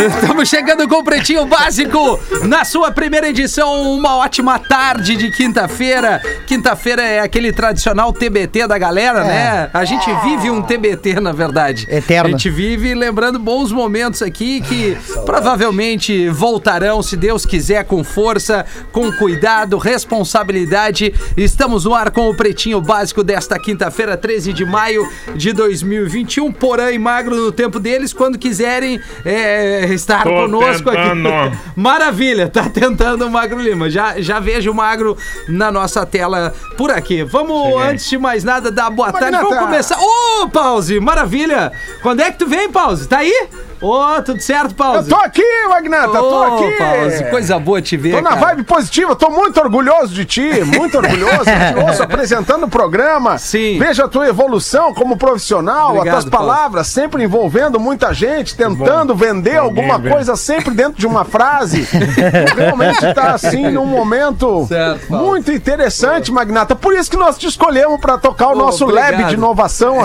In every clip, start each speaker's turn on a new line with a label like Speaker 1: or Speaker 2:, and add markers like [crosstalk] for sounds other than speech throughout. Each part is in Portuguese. Speaker 1: Estamos chegando com o Pretinho Básico na sua primeira edição. Uma ótima tarde de quinta-feira. Quinta-feira é aquele tradicional TBT da galera, né? A gente vive um TBT, na verdade.
Speaker 2: Eterno.
Speaker 1: A gente vive lembrando bons momentos aqui que provavelmente voltarão, se Deus quiser, com força, com cuidado, responsabilidade. Estamos no ar com o Pretinho Básico desta quinta-feira, 13 de maio de 2021. Porã e um. Magro no tempo deles, quando quiserem é, estar
Speaker 3: Tô
Speaker 1: conosco aqui.
Speaker 3: tentando.
Speaker 1: [laughs] Maravilha, tá tentando o Magro Lima. Já, já vejo o Magro na nossa tela por aqui. Vamos, antes de mais nada, dar boa tarde. Vamos
Speaker 2: Magnata.
Speaker 1: começar. Tá- Ô, Pause, maravilha! Quando é que tu vem, Pause? Tá aí? Ô, tudo certo,
Speaker 4: Eu
Speaker 1: Pause?
Speaker 4: tô aqui, Magnata, tô
Speaker 1: Ô,
Speaker 4: aqui.
Speaker 1: Pause, coisa boa te ver,
Speaker 4: Tô na
Speaker 1: cara.
Speaker 4: vibe positiva, tô muito orgulhoso de ti, muito
Speaker 1: [laughs]
Speaker 4: orgulhoso. Te ouço apresentando o programa.
Speaker 1: Sim.
Speaker 4: Vejo a tua evolução como profissional,
Speaker 1: Obrigado,
Speaker 4: as tuas palavras sempre envolvendo muita gente, tentando vender alguma
Speaker 3: vê.
Speaker 4: coisa sempre dentro de
Speaker 1: [laughs]
Speaker 4: uma frase. Tu Realmente tá assim num momento
Speaker 1: Certo, Paulo.
Speaker 4: muito interessante, Magnata. Por isso que nós te escolhemos pra tocar o
Speaker 1: Ô,
Speaker 4: nosso lab
Speaker 1: obrigado.
Speaker 4: de inovação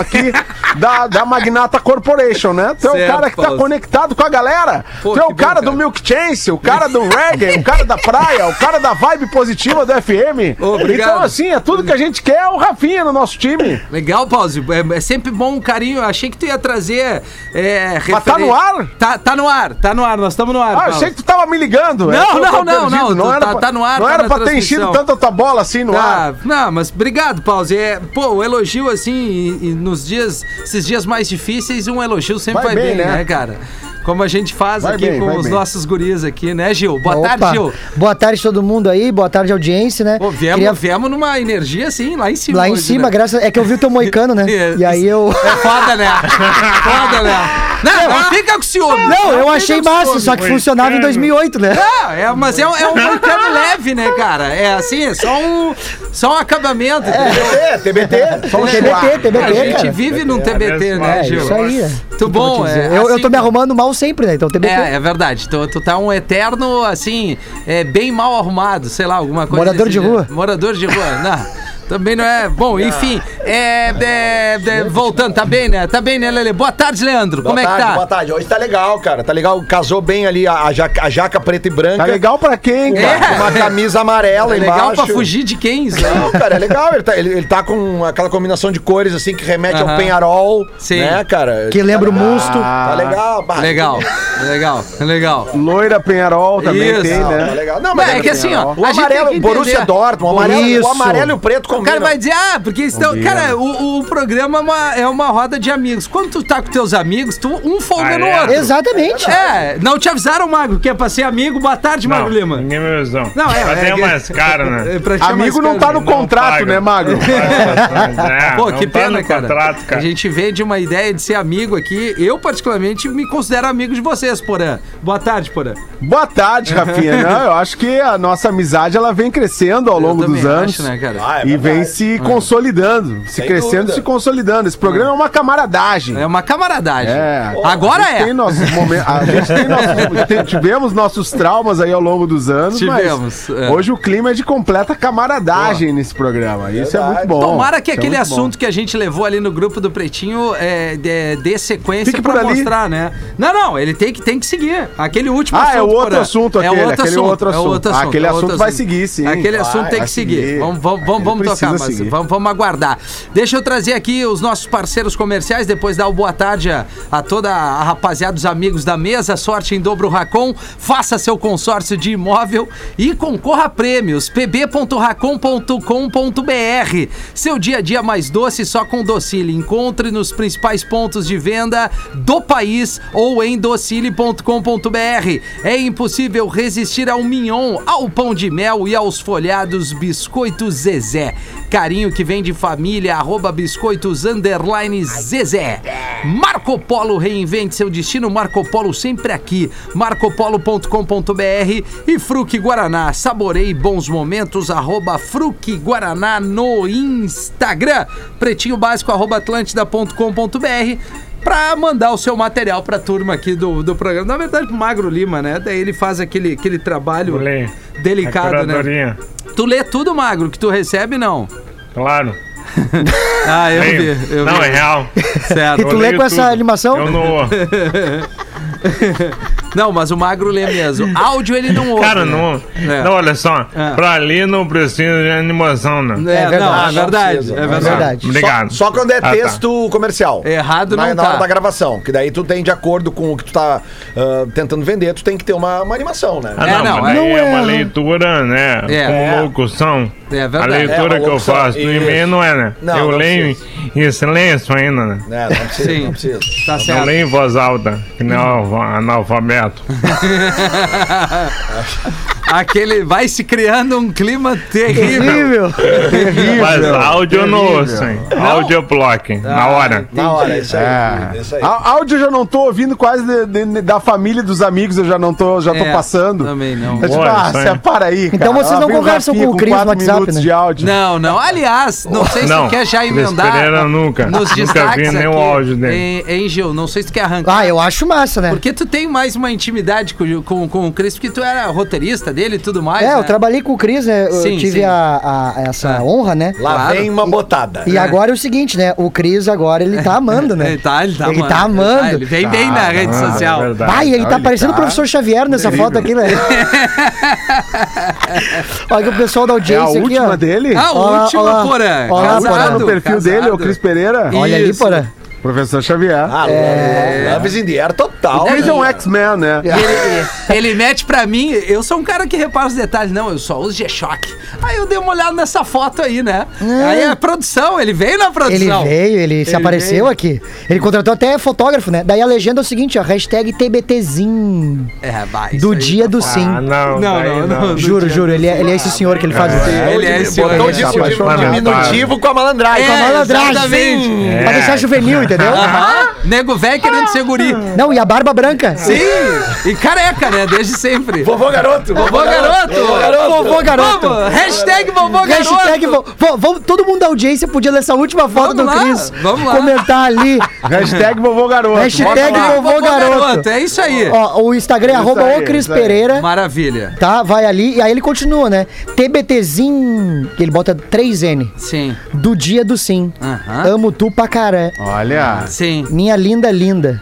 Speaker 1: [laughs]
Speaker 4: aqui da, da Magnata Corporation, né? Tu é
Speaker 1: Certo,
Speaker 4: o cara que tá
Speaker 1: Paulo.
Speaker 4: conectado com a galera.
Speaker 1: Pô,
Speaker 4: tu é
Speaker 1: que
Speaker 4: o
Speaker 1: bom,
Speaker 4: cara,
Speaker 1: cara.
Speaker 4: do Milk Chance, o cara do reggae, o cara da praia, o cara da vibe positiva do FM.
Speaker 1: Obrigado.
Speaker 4: Então, assim, é tudo que a gente quer é o Rafinha no nosso time.
Speaker 1: Legal, Pause. É, é sempre bom um carinho. Eu Achei que tu ia trazer. É,
Speaker 4: Mas tá
Speaker 1: referen-
Speaker 4: no ar?
Speaker 1: Tá, tá no ar, tá no ar. Nós estamos no ar.
Speaker 4: Ah, eu
Speaker 1: Pause.
Speaker 4: achei que tu tava me ligando.
Speaker 1: Não,
Speaker 4: É, tu
Speaker 1: não,
Speaker 4: tá
Speaker 1: não, não, tu
Speaker 4: era
Speaker 1: tá-
Speaker 4: pra-
Speaker 1: tá no ar,
Speaker 4: Não
Speaker 1: tá
Speaker 4: era
Speaker 1: na
Speaker 4: pra ter
Speaker 1: transmissão.
Speaker 4: enchido tanto a tua bola assim no ar.
Speaker 1: Ah, não, mas obrigado, Pause. É, pô, o elogio, assim, e- e nos dias, esses dias mais difíceis, um elogio sempre vai,
Speaker 4: Vai
Speaker 1: bem,
Speaker 4: bem,
Speaker 1: né?
Speaker 4: né?
Speaker 1: cara? Como a gente faz
Speaker 4: Vai
Speaker 1: aqui
Speaker 4: bem,
Speaker 1: com
Speaker 4: vai
Speaker 1: os
Speaker 4: bem.
Speaker 1: nossos guris aqui, né, Gil? Boa
Speaker 2: Opa.
Speaker 1: tarde, Gil.
Speaker 2: Boa tarde todo mundo aí, boa tarde audiência, né?
Speaker 1: Pô, viemos,
Speaker 2: Queria-
Speaker 1: viemos numa energia, assim, lá em cima.
Speaker 2: Lá em
Speaker 1: hoje,
Speaker 2: cima,
Speaker 1: né?
Speaker 2: graças. É que eu vi o teu moicano,
Speaker 1: [laughs]
Speaker 2: né?
Speaker 1: É,
Speaker 2: E aí eu.
Speaker 1: É foda, né? foda, né? Não, não fica com ciúme.
Speaker 2: Não, eu
Speaker 1: fica
Speaker 2: achei
Speaker 1: com
Speaker 2: massa,
Speaker 1: ciúme.
Speaker 2: só que funcionava em 2008, né?
Speaker 1: Ah, é, mas é, um- é um moicano leve, né, cara? É assim, é só um, só um acabamento. entendeu?
Speaker 4: É, [laughs] TBT. Só um
Speaker 2: TBT, TBT,
Speaker 1: a gente
Speaker 2: é cara.
Speaker 1: vive num TBT, né,
Speaker 2: É,
Speaker 1: Gil?
Speaker 2: isso aí. né?
Speaker 1: Tudo bom,
Speaker 2: Quer
Speaker 1: é,
Speaker 2: dizer, eu, eu tô
Speaker 1: assim-
Speaker 2: me arrumando mal sempre, né? Então TBT.
Speaker 1: É, é verdade. Tu, tu tá um eterno, assim, é, bem mal arrumado, sei lá, alguma coisa.
Speaker 2: Morador
Speaker 1: desse
Speaker 2: de
Speaker 1: gênero.
Speaker 2: rua.
Speaker 1: Morador de rua, não. Também não é. Bom, enfim. É, é, é, voltando, tá bem, né? Tá bem, né, Lele? Boa tarde, Leandro.
Speaker 5: Boa
Speaker 1: Como
Speaker 5: tarde,
Speaker 1: é que
Speaker 5: Boa
Speaker 1: tá?
Speaker 5: tarde. Hoje tá legal, cara. Tá legal. Casou bem ali a, a jaca, a jaca preta e branca.
Speaker 4: Tá legal pra quem, cara?
Speaker 5: Com Uma camisa amarela
Speaker 1: É legal
Speaker 5: embaixo.
Speaker 1: pra fugir de quem, né? isso aí?
Speaker 5: Não, cara, é legal. Ele tá, ele, ele tá com aquela combinação de cores assim que remete
Speaker 1: Aham.
Speaker 5: ao penharol.
Speaker 1: Sim. Ah,
Speaker 5: Né, cara?
Speaker 2: Que lembra o Musto.
Speaker 5: Tá legal, bah.
Speaker 1: Legal, legal, legal.
Speaker 4: Loira Penharol também
Speaker 1: Isso.
Speaker 4: tem,
Speaker 5: Não,
Speaker 4: né?
Speaker 5: tá legal. Não,
Speaker 1: Não,
Speaker 5: mas
Speaker 1: é que assim, ó,
Speaker 5: O
Speaker 1: a gente
Speaker 5: amarelo,
Speaker 1: tem que
Speaker 5: Borussia
Speaker 1: entender.
Speaker 5: Dortmund, o amarelo,
Speaker 2: Isso.
Speaker 5: o amarelo e o preto
Speaker 1: O
Speaker 5: combinam.
Speaker 1: cara vai dizer, ah, porque estão. Cara, o, o programa é uma, é uma roda de amigos. Quando tu tá com teus amigos, tu um folga no
Speaker 3: Ah, é?
Speaker 1: outro.
Speaker 2: Exatamente.
Speaker 1: É, não te avisaram, Magro, que é pra ser amigo. Boa tarde, Magro Lima.
Speaker 3: Ninguém me avisou.
Speaker 1: Não, é.
Speaker 3: Mas
Speaker 1: é,
Speaker 3: é mais caro,
Speaker 4: [laughs]
Speaker 3: né?
Speaker 1: pra ti [laughs] é
Speaker 4: Amigo
Speaker 1: mais
Speaker 4: não tá
Speaker 1: caro,
Speaker 4: no
Speaker 1: né?
Speaker 3: Não
Speaker 4: contrato,
Speaker 3: paga.
Speaker 4: né, Magro?
Speaker 1: [laughs]
Speaker 3: É,
Speaker 1: Pô,
Speaker 3: não
Speaker 1: que
Speaker 3: tá
Speaker 1: pena,
Speaker 3: no
Speaker 1: cara.
Speaker 3: contrato, cara.
Speaker 1: A gente vende uma ideia de ser amigo aqui. Eu, particularmente, me considero amigo de vocês, Porã. Boa tarde, Porã.
Speaker 4: Boa tarde,
Speaker 1: [laughs]
Speaker 4: Rafinha. Não, eu acho que a nossa amizade ela vem crescendo ao longo
Speaker 1: Eu também
Speaker 4: dos anos.
Speaker 1: acho, né, cara?
Speaker 5: Ah, é
Speaker 4: e vem
Speaker 5: verdade.
Speaker 4: se consolidando, se
Speaker 5: Sem
Speaker 4: crescendo
Speaker 5: dúvida.
Speaker 4: se consolidando. Esse programa é uma camaradagem.
Speaker 1: É uma camaradagem.
Speaker 4: É.
Speaker 1: Agora
Speaker 4: a gente
Speaker 1: é.
Speaker 4: Tem nossos momentos, a gente
Speaker 1: [laughs]
Speaker 4: tem nossos, tem- tivemos nossos traumas aí ao longo dos anos,
Speaker 1: Tivemos,
Speaker 4: mas
Speaker 1: é.
Speaker 4: hoje o clima é de completa camaradagem nesse programa. Isso é
Speaker 5: Verdade.
Speaker 4: muito bom.
Speaker 1: Tomara que
Speaker 4: Isso é
Speaker 1: aquele
Speaker 4: muito bom.
Speaker 1: assunto que a gente levou ali no grupo do Pretinho é, dê, dê sequência
Speaker 4: Fique
Speaker 1: pra
Speaker 4: por ali.
Speaker 1: mostrar, né? Não, não, ele tem que, tem que seguir. Aquele último
Speaker 4: Ah, é o outro
Speaker 1: Porã.
Speaker 4: assunto aquele, aquele outro
Speaker 1: é o outro
Speaker 4: assunto.
Speaker 1: assunto.
Speaker 4: Aquele
Speaker 1: é o outro
Speaker 4: assunto vai seguir, sim.
Speaker 1: Aquele
Speaker 4: Vai,
Speaker 1: assunto tem
Speaker 4: vai
Speaker 1: que seguir.
Speaker 4: seguir.
Speaker 1: Vamos, vamos, vamos,
Speaker 4: Aquele
Speaker 1: vamos
Speaker 4: precisa
Speaker 1: tocar, mas
Speaker 4: seguir.
Speaker 1: vamos, vamos aguardar. Deixa eu trazer aqui os nossos parceiros comerciais, depois dar o boa tarde a, a toda a rapaziada, os amigos da mesa. Sorte em dobro Racon. Faça seu consórcio de imóvel e concorra a prêmios. pb.racon.com.br. Seu dia a dia mais doce só com Docile. Encontre nos principais pontos de venda do país ou em docile.com.br. É impossível resistir ao mignon, ao pão de mel e aos folhados Biscoitos Zezé. Carinho que vem de família, arroba biscoitos underline Zezé. Marco Polo reinvente seu destino, Marco Polo sempre aqui. marcopolo.com.br e Fruque Guaraná. Saborei bons momentos, arroba Fruque Guaraná no Instagram. Pretinho básico, arroba atlântida.com.br pra mandar o seu material pra turma aqui do, do programa. Na verdade, pro Magro Lima, né? Daí ele faz aquele, aquele trabalho
Speaker 3: Lê.
Speaker 1: delicado, é né?
Speaker 3: Curadorinha.
Speaker 1: Tu lê tudo, Magro, que tu recebe, não?
Speaker 3: Claro.
Speaker 1: Ah, eu
Speaker 3: Leio.
Speaker 1: vi, eu
Speaker 3: não,
Speaker 1: vi.
Speaker 3: é real.
Speaker 1: Certo.
Speaker 2: E tu lê
Speaker 3: leio
Speaker 2: com essa
Speaker 3: tudo.
Speaker 2: animação?
Speaker 3: Eu
Speaker 1: [laughs]
Speaker 3: não.
Speaker 1: Não, mas o Magro lê mesmo. Áudio ele não ouve.
Speaker 3: Cara,
Speaker 1: né?
Speaker 3: não.
Speaker 1: É.
Speaker 3: Não, olha só.
Speaker 1: É.
Speaker 3: Pra ler não precisa de animação, né? Tá?
Speaker 1: É,
Speaker 2: É verdade,
Speaker 1: não, é
Speaker 2: não
Speaker 1: verdade,
Speaker 5: precisa,
Speaker 1: é
Speaker 5: não
Speaker 1: verdade.
Speaker 2: é verdade.
Speaker 5: Só-
Speaker 3: Obrigado.
Speaker 5: Só, quando é
Speaker 3: Ah, tá.
Speaker 5: texto comercial.
Speaker 1: Errado
Speaker 5: na,
Speaker 1: não
Speaker 5: na
Speaker 1: tá.
Speaker 5: hora da gravação, que daí tu tem de acordo com o que tu tá ah, tentando vender, tu tem que ter uma, uma animação, né?
Speaker 3: Ah,
Speaker 1: É,
Speaker 3: não,
Speaker 1: não,
Speaker 3: mas
Speaker 1: é-
Speaker 3: daí
Speaker 2: não
Speaker 3: é, uma
Speaker 2: é-
Speaker 3: leitura, né?
Speaker 1: É.
Speaker 3: Com locução.
Speaker 1: É verdade.
Speaker 3: A leitura
Speaker 5: É, uma
Speaker 3: que eu
Speaker 5: locução,
Speaker 3: faço do e-mail
Speaker 5: isso.
Speaker 3: não é, né?
Speaker 5: Não,
Speaker 3: eu
Speaker 5: não
Speaker 3: leio em silêncio ainda, né?
Speaker 5: É, não precisa,
Speaker 1: Sim.
Speaker 5: não precisa.
Speaker 1: Tá
Speaker 3: Não
Speaker 1: certo.
Speaker 3: leio em voz alta, que nem um analfabeto.
Speaker 1: Aquele vai se criando um clima terrível. [laughs]
Speaker 2: Terrível.
Speaker 3: Mas áudio eu não ouço, hein? Áudio eu bloco,
Speaker 1: Ah,
Speaker 3: hein? na hora.
Speaker 5: Na hora, é isso aí. É isso aí.
Speaker 4: Á- Áudio eu já não tô ouvindo quase de- de- da família dos amigos, eu já não tô, já tô
Speaker 1: É,
Speaker 4: passando.
Speaker 1: Também não.
Speaker 4: Eu, tipo,
Speaker 3: Olha,
Speaker 4: ah,
Speaker 3: isso aí.
Speaker 4: cê- para aí, cara.
Speaker 2: Então vocês
Speaker 4: Lá
Speaker 2: não
Speaker 4: vem
Speaker 2: conversam
Speaker 4: Rafinha
Speaker 2: com o Cris no
Speaker 4: quatro
Speaker 2: WhatsApp,
Speaker 4: minutos
Speaker 2: né?
Speaker 4: de áudio.
Speaker 1: Não, não. Aliás, não sei
Speaker 3: Não,
Speaker 1: se quer já
Speaker 3: Cris
Speaker 1: emendar.
Speaker 3: Pereira nunca.
Speaker 1: Nos
Speaker 3: Nunca
Speaker 1: destaques
Speaker 3: vi nem o
Speaker 1: aqui,
Speaker 3: áudio dele.
Speaker 1: Em, em Gil, não sei se tu quer arrancar.
Speaker 2: Ah, eu acho massa, né?
Speaker 1: Porque tu tem mais uma intimidade com, com, com o Cris, porque tu era roteirista dele e tudo mais.
Speaker 2: É,
Speaker 1: né?
Speaker 2: eu trabalhei com o Cris, né? Eu
Speaker 1: Sim,
Speaker 2: tive
Speaker 1: sim.
Speaker 2: A, a- essa
Speaker 1: Ah.
Speaker 2: honra, né?
Speaker 5: Lá
Speaker 1: claro.
Speaker 5: vem uma botada.
Speaker 2: E agora é o seguinte, né? O Cris agora ele tá amando, né?
Speaker 1: [laughs] Ele tá, ele tá
Speaker 2: Ele
Speaker 1: amando.
Speaker 2: tá amando. Tá
Speaker 1: Ele vem bem na rede
Speaker 3: Ah,
Speaker 1: social.
Speaker 3: é verdade.
Speaker 2: Vai, ele tá parecendo o professor Xavier nessa
Speaker 1: [laughs]
Speaker 2: foto aqui, né? Olha o pessoal da
Speaker 4: É a
Speaker 2: audiência aqui,
Speaker 4: última
Speaker 2: ó.
Speaker 4: dele?
Speaker 1: Ah,
Speaker 2: Olha lá,
Speaker 1: última,
Speaker 2: olha lá.
Speaker 1: Porã.
Speaker 2: Olha lá,
Speaker 4: Olha
Speaker 2: Casado,
Speaker 4: lá no perfil
Speaker 1: casado.
Speaker 4: dele, o Cris Pereira.
Speaker 2: Olha ali,
Speaker 1: Isso.
Speaker 2: Porã.
Speaker 4: Professor Xavier.
Speaker 5: Ah,
Speaker 1: é.
Speaker 5: Loves in the air total.
Speaker 4: Ele é um
Speaker 5: né?
Speaker 4: X-Men, né?
Speaker 1: Ele mete pra mim, eu sou um cara que repara os detalhes. Não, eu só uso G-Shock. Aí eu dei uma olhada nessa foto aí, né? Aí é a produção, ele veio na
Speaker 2: Ele
Speaker 1: produção.
Speaker 2: veio, ele se
Speaker 1: Ele
Speaker 2: apareceu
Speaker 1: veio.
Speaker 2: aqui. Ele contratou até fotógrafo, né? Daí a legenda é o seguinte, ó. Hashtag TBTzinho.
Speaker 1: É, vai, isso
Speaker 2: Do
Speaker 1: aí.
Speaker 2: dia do sim.
Speaker 3: Ah, não,
Speaker 1: Não,
Speaker 3: daí
Speaker 1: não,
Speaker 3: não.
Speaker 1: não.
Speaker 2: Juro, juro. Ele é, ele é esse senhor que ele faz.
Speaker 1: É,
Speaker 2: o-
Speaker 1: Ele é esse
Speaker 5: Botou
Speaker 1: homem.
Speaker 4: de-
Speaker 5: disso,
Speaker 4: apaixonado.
Speaker 5: diminutivo com a malandragem.
Speaker 1: É,
Speaker 2: Com a
Speaker 1: exatamente. É.
Speaker 2: malandragem. É. Pra deixar
Speaker 1: [laughs]
Speaker 2: juvenil, entendeu?
Speaker 1: Aham, Nego velho querendo ser guri.
Speaker 2: Não, e a barba branca.
Speaker 1: Sim, e careca, né? Desde sempre.
Speaker 5: Vovô garoto.
Speaker 1: Vovô garoto!
Speaker 5: Vovô garoto.
Speaker 2: Vovô garoto.
Speaker 1: Vamos, hashtag vovô garoto!
Speaker 2: Hashtag, vo- vo- vamos- todo mundo da audiência podia ler essa última
Speaker 1: Vamos
Speaker 2: foto do
Speaker 1: lá,
Speaker 2: Cris.
Speaker 1: vamos lá.
Speaker 2: Comentar ali.
Speaker 4: Hashtag vovô garoto.
Speaker 2: Hashtag
Speaker 4: Bota lá.
Speaker 2: vovô garoto.
Speaker 1: É isso aí.
Speaker 2: Ó, é. o Instagram é
Speaker 4: Isso
Speaker 2: arroba
Speaker 4: aí,
Speaker 2: o Cris
Speaker 4: isso aí.
Speaker 2: Pereira.
Speaker 1: Maravilha.
Speaker 2: Tá, vai ali e aí ele continua, né? TBTzinho, que ele bota 3N.
Speaker 1: Sim.
Speaker 2: Do dia do sim.
Speaker 1: Aham.
Speaker 2: Amo tu pra caramba.
Speaker 4: Olha.
Speaker 1: Sim.
Speaker 2: Minha linda, linda.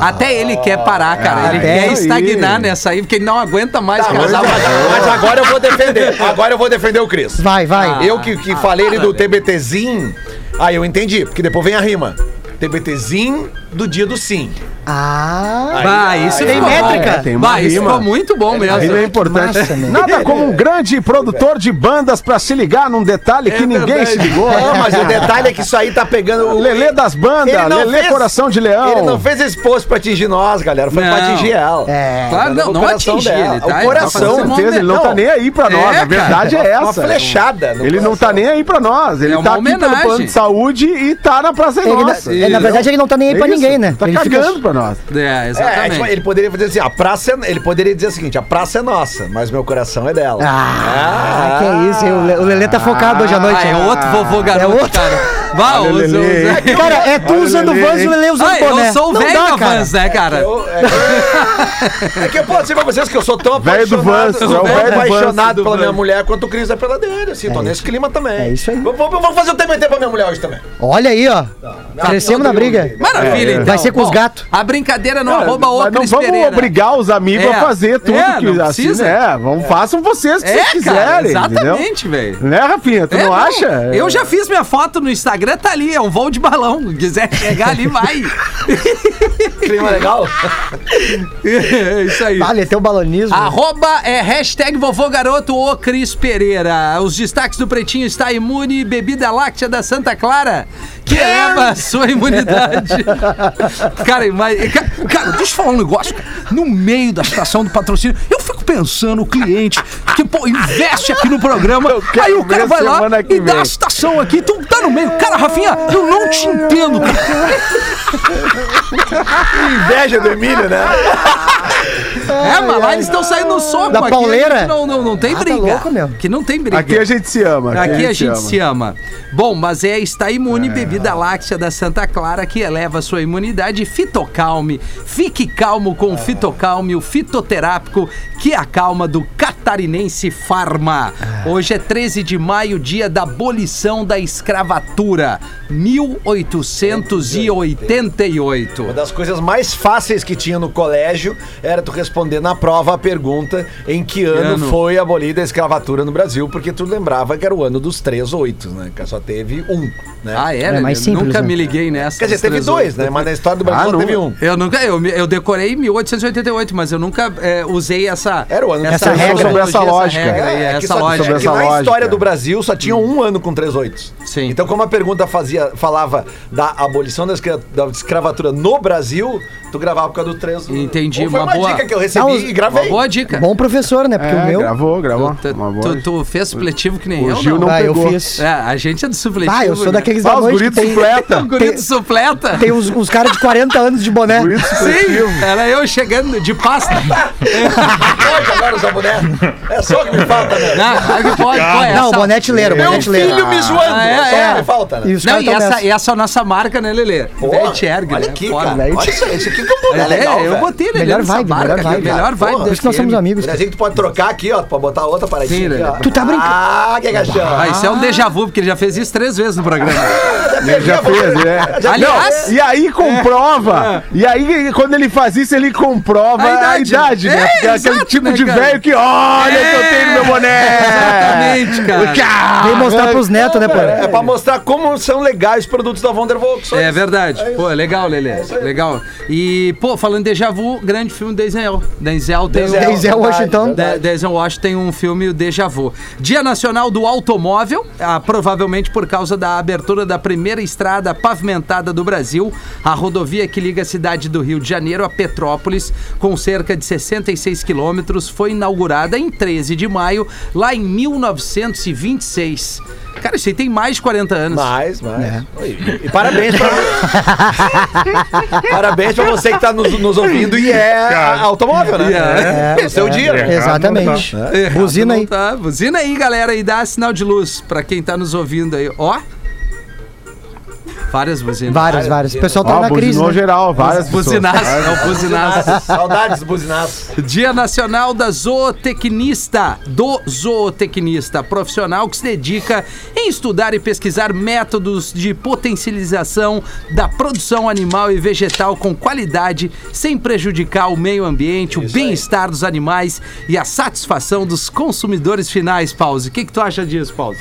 Speaker 1: Até ele quer parar, cara. Ele
Speaker 2: até
Speaker 1: quer
Speaker 2: aí.
Speaker 1: estagnar nessa aí, porque ele não aguenta mais
Speaker 5: Tá, Mas,
Speaker 1: casar.
Speaker 5: mas agora eu vou defender. Agora eu vou defender o Cris.
Speaker 2: Vai,
Speaker 1: Ah.
Speaker 2: vai.
Speaker 5: Eu que, que falei ele do TBTzinho, aí eu entendi, porque depois vem a rima. TBTzinho do dia do sim.
Speaker 2: Ah,
Speaker 1: Bah, isso
Speaker 2: Tem
Speaker 1: ficou
Speaker 2: métrica?
Speaker 1: bom.
Speaker 4: Tem uma
Speaker 1: Bah, isso
Speaker 4: rima.
Speaker 1: ficou muito bom
Speaker 4: Ele é
Speaker 1: mesmo.
Speaker 4: importante.
Speaker 2: Massa, né?
Speaker 4: Nada como um grande produtor de bandas pra se ligar num detalhe que ninguém se ligou.
Speaker 5: Não, mas o detalhe é que isso aí tá pegando o
Speaker 4: Lelê das bandas,
Speaker 5: Ele não
Speaker 4: Lelê
Speaker 5: fez-
Speaker 4: Coração de Leão.
Speaker 5: Ele não fez esse post pra atingir nós, galera. Foi pra
Speaker 1: Não.
Speaker 5: atingir ela.
Speaker 2: É.
Speaker 1: Claro, não,
Speaker 5: O
Speaker 1: não
Speaker 5: coração
Speaker 1: atingi
Speaker 5: dela.
Speaker 1: ele, tá?
Speaker 5: O
Speaker 1: Ele
Speaker 5: coração,
Speaker 1: tá
Speaker 4: Com
Speaker 1: fazendo um
Speaker 4: certeza, ele não, tá
Speaker 5: não.
Speaker 4: nem aí pra nós.
Speaker 1: É,
Speaker 4: a verdade é
Speaker 5: Uma
Speaker 4: essa.
Speaker 5: flechada. no
Speaker 4: Ele não
Speaker 5: coração.
Speaker 4: tá nem aí pra nós. Ele
Speaker 1: É uma
Speaker 4: tá aqui pelo
Speaker 1: homenagem.
Speaker 4: plano de saúde e tá na Praça é
Speaker 2: Ele, na,
Speaker 4: Nossa.
Speaker 2: é, na verdade, ele não tá nem aí pra
Speaker 4: Isso,
Speaker 2: ninguém, né?
Speaker 4: Tá
Speaker 2: ele fica-
Speaker 4: cagando pra nós.
Speaker 1: É,
Speaker 5: É, tipo,
Speaker 1: exatamente.
Speaker 5: ele poderia fazer assim, a praça é, ele poderia dizer o seguinte, a praça é nossa, mas meu coração é dela. É.
Speaker 2: Ah, que isso. hein? O Le- o Lelê tá focado hoje à noite.
Speaker 1: Ah, é outro vovô garoto,
Speaker 2: outro.
Speaker 1: cara. Bah,
Speaker 4: Olha,
Speaker 1: os- os-
Speaker 4: Lelê.
Speaker 1: é que eu-
Speaker 2: Cara, é tu
Speaker 4: Olha o
Speaker 2: usando
Speaker 4: Lelê,
Speaker 2: Vans e o Lelê usando
Speaker 1: Ah,
Speaker 2: boné.
Speaker 1: eu sou o
Speaker 2: né? Não
Speaker 1: velho
Speaker 2: dá,
Speaker 1: da
Speaker 2: cara.
Speaker 1: Vans, né, cara?
Speaker 5: Eu- é, que- é que eu posso dizer pra vocês que eu sou tão
Speaker 4: Velho do
Speaker 5: apaixonado,
Speaker 4: Vans, é o
Speaker 5: tão
Speaker 4: velho do Vans
Speaker 5: apaixonado
Speaker 4: do
Speaker 5: pela
Speaker 4: Vans.
Speaker 5: minha mulher quanto o Cris é pela dele, assim, tô nesse clima também.
Speaker 2: É isso aí.
Speaker 5: Vou, vou- vou fazer o TBT pra minha mulher hoje também.
Speaker 2: Olha aí, ó. Crescemos na briga.
Speaker 5: né?
Speaker 1: Maravilha, então.
Speaker 2: Vai ser com os
Speaker 1: Bom,
Speaker 2: gatos.
Speaker 1: A brincadeira no arroba o
Speaker 4: Mas não
Speaker 1: Cris
Speaker 4: vamos
Speaker 1: Pereira.
Speaker 4: obrigar os amigos
Speaker 1: É.
Speaker 4: a fazer tudo
Speaker 1: É,
Speaker 4: que
Speaker 1: não
Speaker 4: assim,
Speaker 1: precisa.
Speaker 4: né? Vamos, façam vocês o que vocês
Speaker 1: É, cara,
Speaker 4: quiserem, entendeu?
Speaker 1: exatamente, velho.
Speaker 4: Né, Rafinha? Tu
Speaker 1: É,
Speaker 4: não, acha?
Speaker 1: Eu já fiz minha foto no Instagram, tá ali, é um voo de balão. Quiser chegar ali, vai.
Speaker 4: [laughs]
Speaker 5: Clima
Speaker 1: [laughs]
Speaker 5: legal?
Speaker 1: é isso aí.
Speaker 2: Vale, tem o balonismo.
Speaker 1: Arroba é hashtag vovô garoto o Cris Pereira. Os destaques do Pretinho está imune, bebida láctea da Santa Clara, que eleva a sua imunidade.
Speaker 4: [laughs]
Speaker 1: cara, mas, ca- cara, deixa eu falar um negócio. cara. No meio da estação do patrocínio, eu fico pensando, o cliente que pô, investe aqui no programa,
Speaker 4: quero
Speaker 1: aí o cara
Speaker 4: ver
Speaker 1: vai lá
Speaker 4: semana que
Speaker 1: e dá a
Speaker 4: vem.
Speaker 1: estação aqui, tu tá no meio. Cara, Rafinha, eu não te entendo, cara.
Speaker 5: Inveja do Emílio, né?
Speaker 1: É, mas lá eles estão saindo no soco.
Speaker 2: Da
Speaker 1: aqui a
Speaker 2: pauleira?
Speaker 1: gente Não, não, não tem
Speaker 2: Ah, tá
Speaker 1: briga.
Speaker 2: louco mesmo.
Speaker 1: Que não tem briga.
Speaker 4: Aqui a gente se ama.
Speaker 1: Aqui a gente se ama. Bom, mas é está imune bebida láctea da Santa Clara que eleva sua imunidade. Fitocalme. Fique calmo com o Fitocalme, o fitoterápico que acalma do Catarinense Farma. Hoje é 13 de maio, dia da abolição da escravatura, 1888.
Speaker 5: Uma das coisas mais fáceis que tinha no colégio era tu responder na prova a pergunta em que ano,
Speaker 1: ano?
Speaker 5: foi abolida a escravatura no Brasil, porque tu lembrava que era o ano dos três oito, né? Que só teve um, né?
Speaker 1: Ah, é?
Speaker 2: É mais
Speaker 1: Eu
Speaker 2: simples,
Speaker 1: nunca
Speaker 2: né?
Speaker 1: me liguei nessa.
Speaker 5: Quer dizer,
Speaker 1: dos
Speaker 5: teve
Speaker 1: três
Speaker 5: dois,
Speaker 1: oito.
Speaker 5: né? Mas na história do Brasil
Speaker 4: Ah,
Speaker 5: só
Speaker 4: não.
Speaker 5: teve um.
Speaker 1: Eu nunca, eu, me- eu decorei 1888, mas eu nunca é, usei essa
Speaker 5: Era o ano
Speaker 2: Essa
Speaker 5: que
Speaker 2: regra.
Speaker 4: Sobre essa
Speaker 1: analogia,
Speaker 4: lógica.
Speaker 1: regra aí,
Speaker 5: É, que
Speaker 1: essa
Speaker 5: só-
Speaker 1: lógica.
Speaker 4: sobre
Speaker 5: é que na
Speaker 4: essa lógica.
Speaker 5: história do Brasil só tinha um ano com três oitos.
Speaker 1: Sim.
Speaker 5: Então, como a pergunta fazia, falava da abolição da, escra- da escravatura no Brasil, tu gravava por causa do três.
Speaker 1: Entendi,
Speaker 5: Ou foi
Speaker 1: uma
Speaker 5: uma,
Speaker 1: boa-
Speaker 5: dica que eu recebi
Speaker 2: Não,
Speaker 5: e
Speaker 1: Uma
Speaker 5: gravei.
Speaker 1: boa dica.
Speaker 2: Bom professor, né? Porque o meu.
Speaker 4: É, Gravou, gravou.
Speaker 1: tu,
Speaker 4: Uma
Speaker 1: tu,
Speaker 4: boa.
Speaker 1: tu fez supletivo que nem
Speaker 4: O
Speaker 1: eu,
Speaker 4: Gil
Speaker 1: não?
Speaker 4: não
Speaker 2: Ah, eu
Speaker 4: pegou.
Speaker 2: fiz.
Speaker 1: É, a gente é do supletivo.
Speaker 2: Ah, eu sou
Speaker 1: né?
Speaker 2: daqueles
Speaker 4: Ah,
Speaker 2: da
Speaker 4: os
Speaker 2: noite
Speaker 4: guris
Speaker 2: que tem,
Speaker 1: [laughs] O
Speaker 4: supleta.
Speaker 1: guri do supleta?
Speaker 2: tem uns, uns caras de 40 anos de boné.
Speaker 4: Guri supletivo.
Speaker 1: [laughs] Sim, era eu chegando de pasta.
Speaker 5: Pode agora usar boné. É só o que me falta, né?
Speaker 1: Não, sabe que pode, pô, essa-
Speaker 2: Não, boné leiro,
Speaker 5: Meu
Speaker 2: boné leiro.
Speaker 5: É um filho me zoando.
Speaker 1: Ah, é,
Speaker 5: é só o
Speaker 1: é.
Speaker 5: que me falta, né?
Speaker 2: E os
Speaker 1: Não,
Speaker 2: caras
Speaker 1: e
Speaker 2: tão
Speaker 1: essa,
Speaker 2: nessa.
Speaker 1: e essa é a nossa marca, né, Lelê?
Speaker 5: Porra,
Speaker 1: Velho te ergue,
Speaker 5: olha
Speaker 1: né?
Speaker 5: aqui,
Speaker 1: Fora.
Speaker 5: cara. Olha isso, esse aqui é um boné
Speaker 1: É,
Speaker 5: legal,
Speaker 1: eu
Speaker 5: velho.
Speaker 1: botei ele
Speaker 2: Melhor
Speaker 1: nessa
Speaker 2: vibe,
Speaker 1: marca,
Speaker 2: melhor vibe.
Speaker 1: né? Melhor vibe.
Speaker 2: Por isso que nós
Speaker 1: desse
Speaker 2: somos
Speaker 1: filme.
Speaker 2: amigos. cara.
Speaker 5: Bonezinho que tu pode trocar aqui, ó, pra botar outra
Speaker 1: Sim,
Speaker 5: paradinha.
Speaker 1: né?
Speaker 5: aqui, ó.
Speaker 2: Tu tá brincando.
Speaker 5: Ah, que cachorro.
Speaker 1: Ah, isso é um déjà vu, porque ele já fez isso três vezes no programa.
Speaker 4: Ele já fez, é.
Speaker 1: Aliás,
Speaker 4: E aí comprova. E aí, quando ele faz isso, ele comprova
Speaker 1: É. A
Speaker 4: a
Speaker 1: idade.
Speaker 4: idade, né?
Speaker 1: É,
Speaker 4: Porque é aquele
Speaker 1: exato,
Speaker 4: tipo
Speaker 1: né,
Speaker 4: de
Speaker 1: cara? É,
Speaker 4: velho que olha o que eu tenho no meu boné.
Speaker 1: Exatamente, cara.
Speaker 2: Vem mostrar pros netos, né, pô?
Speaker 5: É pra mostrar como são legais os produtos da Vondervolks.
Speaker 1: É verdade. pô, legal, Lelê. legal. E, pô, falando em déjà vu, grande filme do Denzel. Denzel tem
Speaker 5: Denzel. então.
Speaker 1: um...
Speaker 2: Denzel Washington.
Speaker 1: De- Denzel Washington tem um filme, o Deja Vu. Dia Nacional do Automóvel, ah, provavelmente por causa da abertura da primeira estrada pavimentada do Brasil, a rodovia que liga a cidade do Rio de Janeiro a Petrópolis, com cerca de 66 quilômetros, foi inaugurada em 13 de maio, lá em 1926. Cara, isso aí tem mais de 40 anos.
Speaker 5: Mais, mais.
Speaker 1: É.
Speaker 5: Oi, E parabéns
Speaker 1: [laughs]
Speaker 5: pra Parabéns pra você que tá nos, nos ouvindo e é
Speaker 3: Cara.
Speaker 5: automóvel, né?
Speaker 1: Yeah.
Speaker 5: É. O seu dia.
Speaker 3: É.
Speaker 2: Exatamente.
Speaker 1: Errado
Speaker 2: Buzina
Speaker 1: não
Speaker 2: aí.
Speaker 1: Tá. Buzina aí, galera, e dá sinal de luz pra quem tá nos ouvindo aí. Ó. Várias buzinas.
Speaker 2: Várias, várias. O pessoal tá
Speaker 4: Ó,
Speaker 2: na crise.
Speaker 4: buzinou
Speaker 2: né?
Speaker 4: geral, várias
Speaker 1: Buzinaço,
Speaker 4: pessoas.
Speaker 1: é o buzinaço.
Speaker 5: Saudades do buzinaço.
Speaker 1: Dia Nacional da Zootecnista, do zootecnista, profissional que se dedica em estudar e pesquisar métodos de potencialização da produção animal e vegetal com qualidade, sem prejudicar o meio ambiente, o bem-estar dos animais e a satisfação dos consumidores finais, Pause. O que, que tu acha disso, Pause?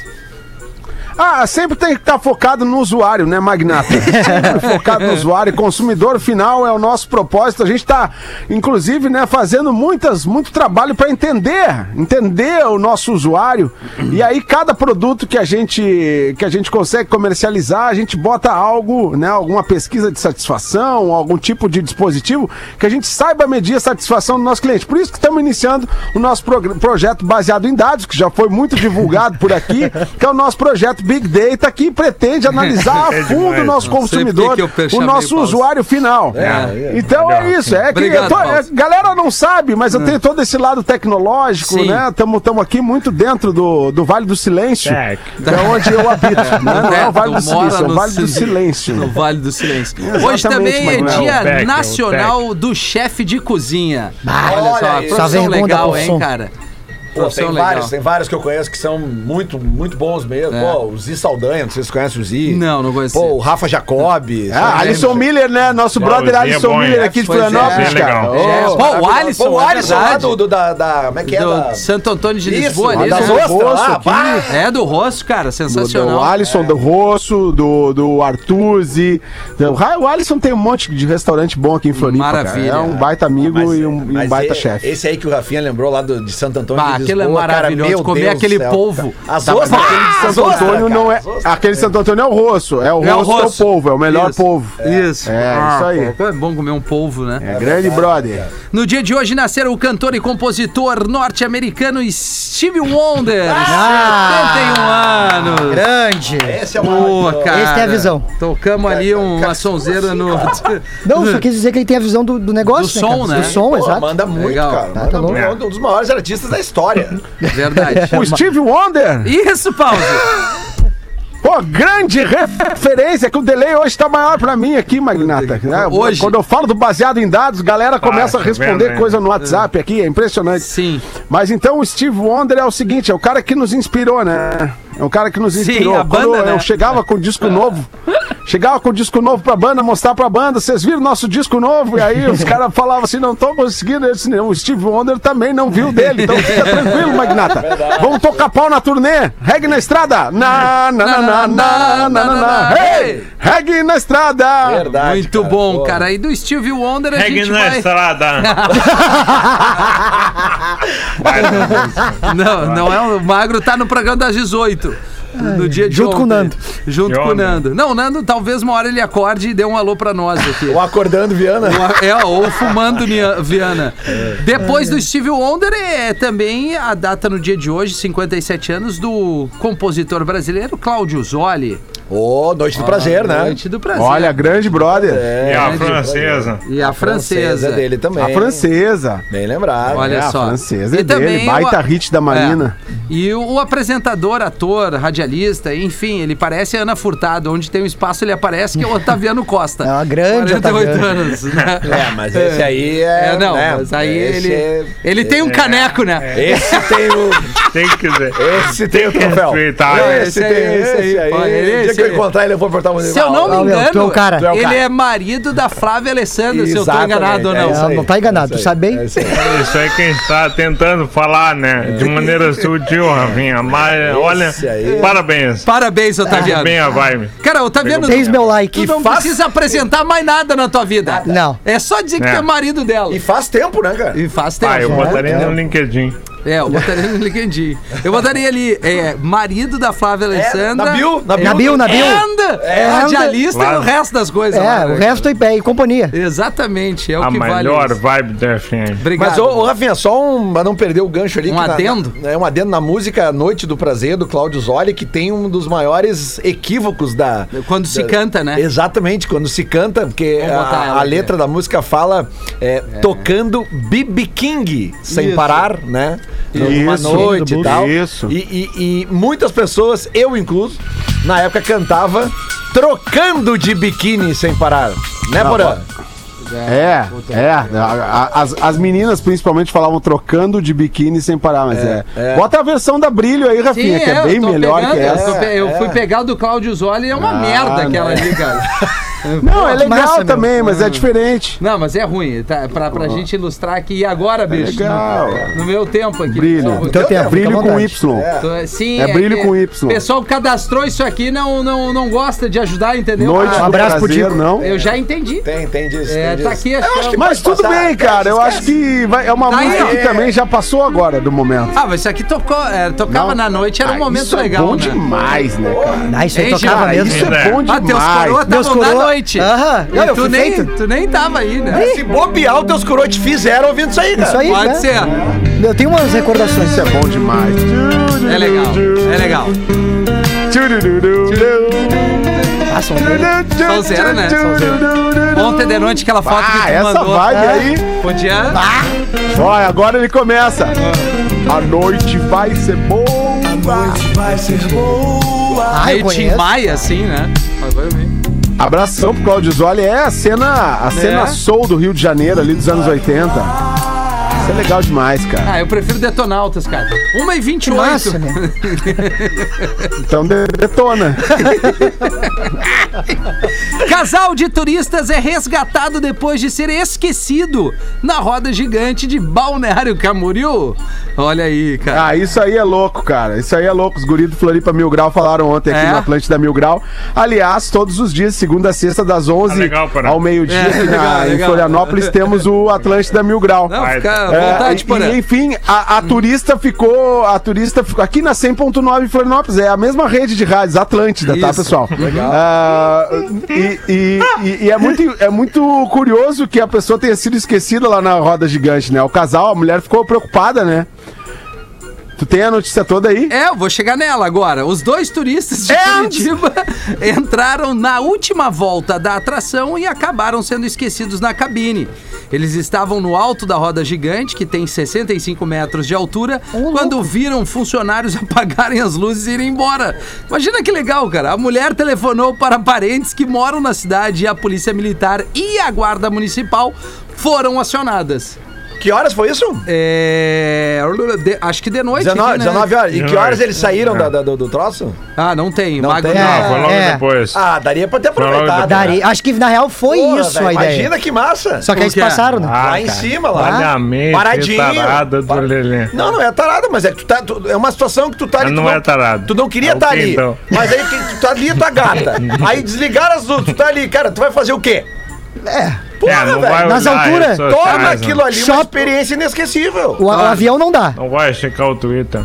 Speaker 4: Ah, sempre tem que estar focado no usuário,
Speaker 2: [laughs]
Speaker 4: né, Magnata? Sempre focado no usuário. Consumidor final é o nosso propósito. A gente está, inclusive, né, fazendo muitas, muito trabalho para entender, entender o nosso usuário. E aí, cada produto que a gente que a gente consegue comercializar, a gente bota algo, né, alguma pesquisa de satisfação, algum tipo de dispositivo que a gente saiba medir a satisfação do nosso cliente. Por isso que estamos iniciando o nosso prog- projeto baseado em dados, que já foi muito divulgado
Speaker 1: [laughs]
Speaker 4: por aqui, que é o nosso projeto Big Data, que
Speaker 1: [laughs]
Speaker 4: pretende analisar a
Speaker 3: É
Speaker 4: fundo o
Speaker 3: demais.
Speaker 4: nosso
Speaker 1: Não sei por
Speaker 4: consumidor,
Speaker 1: que que eu
Speaker 4: o
Speaker 1: chamei
Speaker 4: nosso
Speaker 1: pausa.
Speaker 4: usuário final.
Speaker 3: É.
Speaker 4: Então é
Speaker 3: Legal.
Speaker 4: isso. É que
Speaker 1: Obrigado,
Speaker 4: eu tô- é-
Speaker 1: pausa.
Speaker 4: galera não sabe, mas eu tenho todo esse lado tecnológico,
Speaker 1: Sim.
Speaker 4: né? Estamos aqui muito dentro do, do Vale do Silêncio.
Speaker 3: É.
Speaker 4: Que é onde eu habito. né? Não é o Vale do
Speaker 1: Tu mora
Speaker 4: Silêncio, é o
Speaker 1: no
Speaker 4: Vale do
Speaker 1: sil-
Speaker 4: Silêncio.
Speaker 1: No Vale do Silêncio. Hoje
Speaker 4: Exatamente,
Speaker 1: também é
Speaker 3: O
Speaker 4: Manuel.
Speaker 1: Dia
Speaker 3: Beck, o
Speaker 1: Nacional do Chefe de Cozinha. Olha
Speaker 5: olha
Speaker 1: só,
Speaker 5: aí.
Speaker 2: Essa
Speaker 1: profissão
Speaker 2: vergonha da
Speaker 1: legal, hein,
Speaker 2: profissão.
Speaker 1: cara?
Speaker 5: Pô, tem
Speaker 1: Profissão legal.
Speaker 5: vários, tem vários que eu conheço que são muito, muito bons mesmo.
Speaker 1: É.
Speaker 5: Pô, o Zi Saldanha, não sei se vocês conhecem o Zi.
Speaker 1: Não, não conheço.
Speaker 5: Pô, o Rafa Jacob.
Speaker 4: Ah, Alisson Miller, né? Nosso brother
Speaker 3: Zinho é
Speaker 4: Alisson
Speaker 3: bom, hein?
Speaker 4: Miller aqui de
Speaker 1: Pois é.
Speaker 4: Florianópolis,
Speaker 3: Zinho é
Speaker 4: cara.
Speaker 3: legal.
Speaker 4: Ô,
Speaker 1: É, pô, o Alisson,
Speaker 5: Pô, o
Speaker 1: é
Speaker 5: Alisson lá
Speaker 1: verdade.
Speaker 5: do, do- da, da. Como é que é? da-
Speaker 1: Do Santo Antônio de Lisboa
Speaker 5: Isso,
Speaker 1: ali,
Speaker 5: lá
Speaker 4: né?
Speaker 5: das ostras
Speaker 4: Rosto
Speaker 5: lá,
Speaker 4: aqui.
Speaker 5: pá.
Speaker 1: É, do rosto, cara,
Speaker 4: Do,
Speaker 1: sensacional. É.
Speaker 4: do Alisson, do Rosso, do, do Artuzzi. Do- Ah, O Alisson tem um monte de restaurante bom aqui em Floripa. cara.
Speaker 1: Maravilha.
Speaker 4: É um baita amigo e um, e um
Speaker 5: Mas
Speaker 4: baita
Speaker 5: e-
Speaker 4: chefe.
Speaker 5: Esse aí que o Rafinha lembrou lá do- de Santo Antônio
Speaker 1: Bah,
Speaker 5: de
Speaker 1: Aquilo é
Speaker 5: Lisboa, cara,
Speaker 1: maravilhoso.
Speaker 5: meu
Speaker 1: Comer
Speaker 5: Deus
Speaker 1: aquele
Speaker 5: do céu.
Speaker 1: polvo.
Speaker 5: As
Speaker 1: Tava-
Speaker 5: ostras, aquele
Speaker 1: Ah,
Speaker 5: de
Speaker 4: Santo Antônio não é. Aquele Santo Antônio é o rosto. É o
Speaker 1: É o
Speaker 4: rosto é o
Speaker 1: rosto.
Speaker 4: povo. É o melhor
Speaker 1: Isso.
Speaker 4: povo.
Speaker 1: Isso.
Speaker 4: É, isso aí.
Speaker 1: pô, É bom comer um polvo, né?
Speaker 4: É grande brother.
Speaker 1: No dia de hoje nasceram o cantor e compositor norte-americano Steve Wonder.
Speaker 2: Ah!
Speaker 1: 71 anos.
Speaker 2: Grande.
Speaker 5: Esse é o
Speaker 1: Pô,
Speaker 5: maior.
Speaker 1: cara.
Speaker 2: Esse tem a visão.
Speaker 1: Tocamos ali uma
Speaker 5: assim,
Speaker 1: sonzeira no.
Speaker 2: Não, só quis dizer que ele tem a visão do, do negócio,
Speaker 1: Do som,
Speaker 2: cara?
Speaker 1: né?
Speaker 2: Do som,
Speaker 5: Pô,
Speaker 2: exato.
Speaker 5: Manda muito,
Speaker 1: Legal.
Speaker 5: cara.
Speaker 2: Tá,
Speaker 5: Manda
Speaker 2: tá
Speaker 5: muito. um dos maiores artistas da história.
Speaker 1: [laughs]
Speaker 2: É.
Speaker 1: Verdade.
Speaker 4: O Steve Wonder.
Speaker 1: Isso, Paulo.
Speaker 4: Pô, grande referência. Que o delay hoje tá maior pra mim aqui, Magnata. É,
Speaker 1: Hoje.
Speaker 4: Quando eu falo do baseado em dados, galera começa a
Speaker 3: tá
Speaker 4: responder
Speaker 3: vendo, hein?
Speaker 4: coisa no WhatsApp aqui. É impressionante.
Speaker 1: Sim.
Speaker 4: Mas então o Steve Wonder é o seguinte, é o cara que nos inspirou, né? É o cara que nos
Speaker 1: Sim,
Speaker 4: inspirou.
Speaker 1: a
Speaker 4: Quando
Speaker 1: banda,
Speaker 4: eu
Speaker 1: né?
Speaker 4: chegava com disco novo, chegava com disco novo pra banda, mostrar pra banda, vocês viram nosso disco novo? E aí os caras falavam assim, não tô conseguindo. Eu disse, "Não, o Steve Wonder também não viu dele, então fica tranquilo, Magnata. Vamos tocar pau na turnê, reggae na estrada. Na, na, na, na, na, na, na, na. Hey! Reggae na estrada.
Speaker 5: Verdade.
Speaker 1: Muito
Speaker 5: cara.
Speaker 1: bom,
Speaker 5: Pô.
Speaker 1: cara. E do Steve Wonder a
Speaker 3: Pegue
Speaker 1: gente
Speaker 3: na
Speaker 1: vai.
Speaker 3: estrada. Vai,
Speaker 1: Não, não é. O Magro tá no programa das 18. No dia de
Speaker 2: Junto
Speaker 1: ontem.
Speaker 2: com o Nando.
Speaker 1: Junto
Speaker 3: De
Speaker 1: com o
Speaker 3: ontem.
Speaker 1: Nando. Não, o Nando, talvez uma hora ele acorde e dê um alô pra nós aqui.
Speaker 5: O Acordando Viana.
Speaker 1: Ou- É, ou fumando Nia- Viana. Depois do Steve Wonder é também a data no dia de hoje, 57 anos, do compositor brasileiro Cláudio Zoli.
Speaker 5: Ô, Noite do Prazer, né?
Speaker 1: Ah, Noite do prazer.
Speaker 4: Olha, grande brother.
Speaker 3: e É, a francesa.
Speaker 1: e a francesa.
Speaker 5: é dele também.
Speaker 4: A francesa.
Speaker 5: Bem lembrado.
Speaker 1: Olha
Speaker 4: É, a
Speaker 1: só.
Speaker 4: francesa é dele, baita hit da Marina.
Speaker 1: É. E o, o apresentador, ator, radialista, enfim, ele parece a Ana Furtado. Onde tem um espaço, ele aparece, que é o Otaviano Costa.
Speaker 2: É uma grande
Speaker 1: 48
Speaker 2: Otaviano.
Speaker 1: anos. né?
Speaker 5: É, mas esse aí é.
Speaker 1: É, não,
Speaker 5: né?
Speaker 1: mas aí
Speaker 5: Esse
Speaker 1: ele.
Speaker 5: é-
Speaker 1: ele tem um caneco, né?
Speaker 5: Esse tem o.
Speaker 3: Tem que dizer.
Speaker 5: Esse tem o troféu.
Speaker 3: respeitar. né?
Speaker 5: Não,
Speaker 1: Esse aí, esse aí, pô,
Speaker 5: O Um dia
Speaker 1: esse
Speaker 5: que eu
Speaker 1: aí.
Speaker 5: encontrar ele, eu vou portar um.
Speaker 1: Se eu não me
Speaker 2: Ah, meu,
Speaker 1: engano,
Speaker 2: tu é o cara. Tu
Speaker 5: é o
Speaker 1: ele
Speaker 5: cara.
Speaker 1: é marido da Flávia Alessandra, se eu tô
Speaker 5: Exatamente,
Speaker 1: enganado ou
Speaker 5: é isso
Speaker 1: não.
Speaker 2: Não,
Speaker 5: aí,
Speaker 2: não tá enganado,
Speaker 5: é isso
Speaker 2: sabe
Speaker 5: aí,
Speaker 2: bem?
Speaker 5: é isso aí.
Speaker 3: Isso aí quem está tentando falar, né? De maneira
Speaker 1: [laughs]
Speaker 3: sutil, Rafinha. Mas olha,
Speaker 5: aí.
Speaker 3: parabéns.
Speaker 1: Parabéns, Otaviano.
Speaker 3: Bem a vibe.
Speaker 1: Cara, Otaviano,
Speaker 2: Tens meu
Speaker 1: tu
Speaker 2: like.
Speaker 1: não precisa apresentar mais nada na tua vida.
Speaker 2: Não.
Speaker 1: É só dizer que
Speaker 3: É.
Speaker 1: tu é marido dela.
Speaker 5: E faz tempo, né, cara?
Speaker 1: E faz tempo.
Speaker 3: Ah, eu botaria no LinkedIn.
Speaker 1: É, eu botaria no LinkedIn. Eu botaria ali, é, marido da Flávia Alessandra.
Speaker 5: Nabil, Nabil.
Speaker 2: Nabil, Nabil.
Speaker 1: And,
Speaker 2: É.
Speaker 1: radialista e o
Speaker 3: Claro.
Speaker 1: resto das coisas.
Speaker 2: É,
Speaker 1: lá,
Speaker 2: o
Speaker 1: né?
Speaker 2: resto é, é companhia.
Speaker 1: Exatamente, é o
Speaker 3: A
Speaker 1: que vale.
Speaker 3: melhor
Speaker 1: isso.
Speaker 3: vibe da FM.
Speaker 1: Obrigado.
Speaker 5: Mas, ô, ô Rafinha, só um, pra não perder o gancho ali.
Speaker 1: Um
Speaker 5: que na-
Speaker 1: adendo?
Speaker 5: na- é um adendo na música Noite do Prazer, do Cláudio Zoli, que tem um dos maiores equívocos da...
Speaker 1: Quando se
Speaker 5: da-
Speaker 1: canta, né?
Speaker 5: Exatamente, quando se canta, porque
Speaker 1: Vamos botar
Speaker 5: a,
Speaker 1: ela
Speaker 5: a
Speaker 1: aqui, né?
Speaker 5: letra da música fala é, tocando B.B. King, sem
Speaker 1: Isso.
Speaker 5: parar, né? Numa
Speaker 4: Isso.
Speaker 5: noite e tal.
Speaker 4: Isso.
Speaker 5: E, e- e muitas pessoas, eu incluso, na época cantava trocando de biquíni sem parar. Né, Porã?
Speaker 4: É, é. a- a- as, as meninas principalmente falavam trocando de biquíni sem parar, mas é.
Speaker 5: é.
Speaker 4: Bota a versão da Brilho aí, Rafinha, que é,
Speaker 1: eu
Speaker 4: bem
Speaker 1: tô
Speaker 4: melhor
Speaker 1: pegando,
Speaker 4: que
Speaker 1: Eu,
Speaker 4: essa.
Speaker 1: tô pe- eu fui pegar o do Cláudio Zoli e é uma
Speaker 4: Ah,
Speaker 1: merda aquela
Speaker 4: não.
Speaker 1: ali, cara.
Speaker 4: Não, é
Speaker 2: Pô, que
Speaker 4: legal
Speaker 2: massa, meu.
Speaker 4: também, mas
Speaker 1: Uhum.
Speaker 4: é diferente.
Speaker 1: Não, mas é ruim. Tá, pra pra gente ilustrar aqui e agora, bicho.
Speaker 4: legal.
Speaker 1: No, no meu tempo aqui. um
Speaker 4: Brilho.
Speaker 2: Então tem a
Speaker 4: Brilho com
Speaker 2: vontade.
Speaker 4: Y.
Speaker 1: Então, é- sim,
Speaker 4: É brilho
Speaker 1: que
Speaker 4: com Y.
Speaker 1: O pessoal que cadastrou isso aqui não, não, não gosta de ajudar, entendeu? Ah,
Speaker 4: Noite
Speaker 2: Um
Speaker 4: do
Speaker 2: abraço pro
Speaker 4: prazer,
Speaker 2: Dico.
Speaker 4: não.
Speaker 1: Eu já entendi.
Speaker 5: Tem, tem disso.
Speaker 1: É,
Speaker 5: tem
Speaker 1: tá
Speaker 5: disso.
Speaker 1: aqui a chama.
Speaker 4: Mas tudo
Speaker 5: passar,
Speaker 4: bem, cara. Eu acho que vai- é uma
Speaker 1: Tá aí,
Speaker 4: música que
Speaker 1: ó.
Speaker 4: também já passou agora do momento.
Speaker 1: Ah, mas isso aqui tocou, é, tocava
Speaker 4: Não.
Speaker 1: na noite, era um
Speaker 4: Ah,
Speaker 1: momento
Speaker 4: isso
Speaker 1: legal.
Speaker 4: É bom
Speaker 1: né?
Speaker 4: demais, né, cara?
Speaker 2: Ah, isso aí
Speaker 1: Ei,
Speaker 2: tocava
Speaker 1: Geraldo,
Speaker 2: mesmo.
Speaker 4: Isso é
Speaker 3: né?
Speaker 4: bom
Speaker 1: Ah, teus
Speaker 4: demais.
Speaker 1: coroa
Speaker 2: Meus
Speaker 1: estavam na
Speaker 2: coroa-
Speaker 1: noite.
Speaker 2: Aham. Não,
Speaker 1: E
Speaker 2: eu
Speaker 1: tu,
Speaker 2: fui
Speaker 1: nem,
Speaker 2: feito.
Speaker 1: tu nem tava aí, né?
Speaker 5: Se bobear, os teus coroas te fizeram ouvindo isso aí, cara.
Speaker 2: Isso aí,
Speaker 1: Pode
Speaker 2: né?
Speaker 1: ser.
Speaker 2: Eu tenho umas recordações.
Speaker 4: Isso é bom demais.
Speaker 1: É legal, é legal.
Speaker 2: Ah, são dele.
Speaker 1: Sonzeira, né? Ontem de noite, aquela foto que
Speaker 4: Ah,
Speaker 1: tu
Speaker 4: essa
Speaker 1: mandou.
Speaker 4: vibe é-
Speaker 1: né?
Speaker 4: aí.
Speaker 1: Podia...
Speaker 4: Olha, agora ele começa. A noite vai ser boa.
Speaker 2: Ah, eu
Speaker 1: Meio Tim
Speaker 2: conheço.
Speaker 1: Maia, assim, né? Agora eu vi.
Speaker 4: Abração pro Claudio Zoli. É a cena, a
Speaker 1: É.
Speaker 4: cena soul do Rio de Janeiro ali dos anos 80. Isso é legal demais, cara.
Speaker 1: Ah, eu prefiro detonautas, cara. 1 e 28
Speaker 2: Massa, né?
Speaker 4: Então de- detona.
Speaker 1: Casal de turistas é resgatado depois de ser esquecido na roda gigante de Balneário Camboriú. Olha aí, cara.
Speaker 4: Ah, isso aí é louco, cara. Isso aí é louco. Os guris do Floripa Mil Grau falaram ontem aqui
Speaker 1: É?
Speaker 4: no Atlântida Mil Grau. Aliás, todos os dias, segunda a sexta, das 11
Speaker 3: Ah, legal, Porã.
Speaker 4: ao meio-dia,
Speaker 1: É,
Speaker 4: aqui na-
Speaker 1: legal,
Speaker 4: em
Speaker 1: legal.
Speaker 4: Florianópolis, temos o Atlântida Mil Grau.
Speaker 1: Não, fica,
Speaker 4: É,
Speaker 1: vontade,
Speaker 4: e-
Speaker 1: Porã. Hum.
Speaker 4: e, enfim, a, a turista ficou. A turista ficou aqui na 100.9 em Florianópolis. É a mesma rede de rádios, Atlântida, tá,
Speaker 1: Isso.
Speaker 4: pessoal? Legal. e, e- e- e é, muito, é muito curioso que a pessoa tenha sido esquecida lá na roda gigante, né? O casal, a mulher ficou preocupada, né? Tu tem a notícia toda aí?
Speaker 1: É, eu vou chegar nela agora. Os dois turistas de Curitiba [laughs] entraram na última volta da atração e acabaram sendo esquecidos na cabine. Eles estavam no alto da roda gigante, que tem 65 metros de altura, quando viram funcionários [laughs] apagarem as luzes e irem embora. Imagina que legal, cara. A mulher telefonou para parentes que moram na cidade e a polícia militar e a guarda municipal foram acionadas.
Speaker 5: Que horas foi isso?
Speaker 1: É. de- Acho que de noite.
Speaker 5: 19,
Speaker 1: né?
Speaker 5: 19 horas. E que
Speaker 3: Dezenove.
Speaker 5: horas eles saíram da- da- do, do troço?
Speaker 1: Ah, não tem.
Speaker 5: Não
Speaker 1: Mago
Speaker 5: tem.
Speaker 1: não.
Speaker 3: Ah, foi logo
Speaker 2: É.
Speaker 3: depois.
Speaker 5: Ah, daria pra ter aproveitado. né?
Speaker 2: Daria- Acho que na real foi
Speaker 5: Porra,
Speaker 2: isso
Speaker 5: velho,
Speaker 2: a ideia.
Speaker 5: Imagina que massa.
Speaker 2: Só que
Speaker 1: Como
Speaker 2: eles
Speaker 1: que é?
Speaker 2: passaram, né?
Speaker 3: Ah,
Speaker 5: lá em
Speaker 3: cara.
Speaker 5: cima, lá.
Speaker 3: Olha a mente
Speaker 5: Paradinho.
Speaker 3: tarada do Lelê.
Speaker 5: Não, não é tarada, mas é que tu tá. tu- é uma situação que tu tá ali.
Speaker 3: Mas
Speaker 5: tu
Speaker 3: não é tarado.
Speaker 5: Tu não queria
Speaker 3: É o
Speaker 5: estar
Speaker 3: quê,
Speaker 5: ali.
Speaker 3: então?
Speaker 5: Mas aí que tu tá ali e
Speaker 3: [laughs]
Speaker 5: tá gata. aí desligaram as luzes, tu tá ali, cara, tu vai fazer o quê? É. Porra,
Speaker 3: É, não vai
Speaker 5: velho.
Speaker 2: nas
Speaker 3: olhar
Speaker 2: alturas,
Speaker 3: essas
Speaker 5: Torna
Speaker 3: coisas.
Speaker 5: aquilo ali uma
Speaker 2: Shopping.
Speaker 5: experiência inesquecível.
Speaker 2: O, a- o avião não dá.
Speaker 3: Não vai checar o Twitter.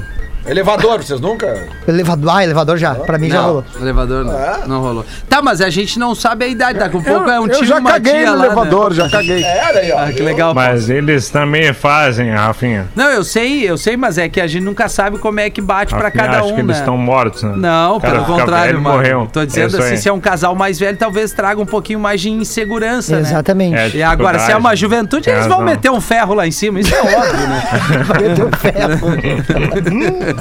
Speaker 5: Elevador, vocês nunca.
Speaker 2: Elevador, ah, elevador já. Pra mim já
Speaker 1: Não,
Speaker 2: rolou.
Speaker 1: o elevador não,
Speaker 5: Ah.
Speaker 1: não rolou. Tá, mas a gente não sabe a idade. Daqui a pouco é um
Speaker 4: Eu
Speaker 1: tio
Speaker 4: já
Speaker 1: e uma
Speaker 4: caguei
Speaker 1: tia
Speaker 4: no
Speaker 1: lá, né?
Speaker 4: elevador, já caguei.
Speaker 5: É, olha aí, ó.
Speaker 1: Ah, que legal. Paulo.
Speaker 3: Mas eles também fazem, Rafinha.
Speaker 1: Não, eu sei, eu sei, mas é que a gente nunca sabe como é que bate pra
Speaker 3: Rafinha,
Speaker 1: cada
Speaker 3: acho
Speaker 1: um, né?
Speaker 3: que eles estão mortos, né?
Speaker 1: Não,
Speaker 3: O cara
Speaker 1: pelo
Speaker 3: fica
Speaker 1: contrário,
Speaker 3: velho,
Speaker 1: mano.
Speaker 3: morreu.
Speaker 1: Tô dizendo
Speaker 3: Isso
Speaker 1: assim,
Speaker 3: aí.
Speaker 1: se é um casal mais velho, talvez traga um pouquinho mais de insegurança, né?
Speaker 2: Exatamente.
Speaker 3: É,
Speaker 1: E agora, se é uma juventude, eles vão
Speaker 3: Razão.
Speaker 1: meter um ferro lá em cima, isso é óbvio, né?
Speaker 4: [laughs]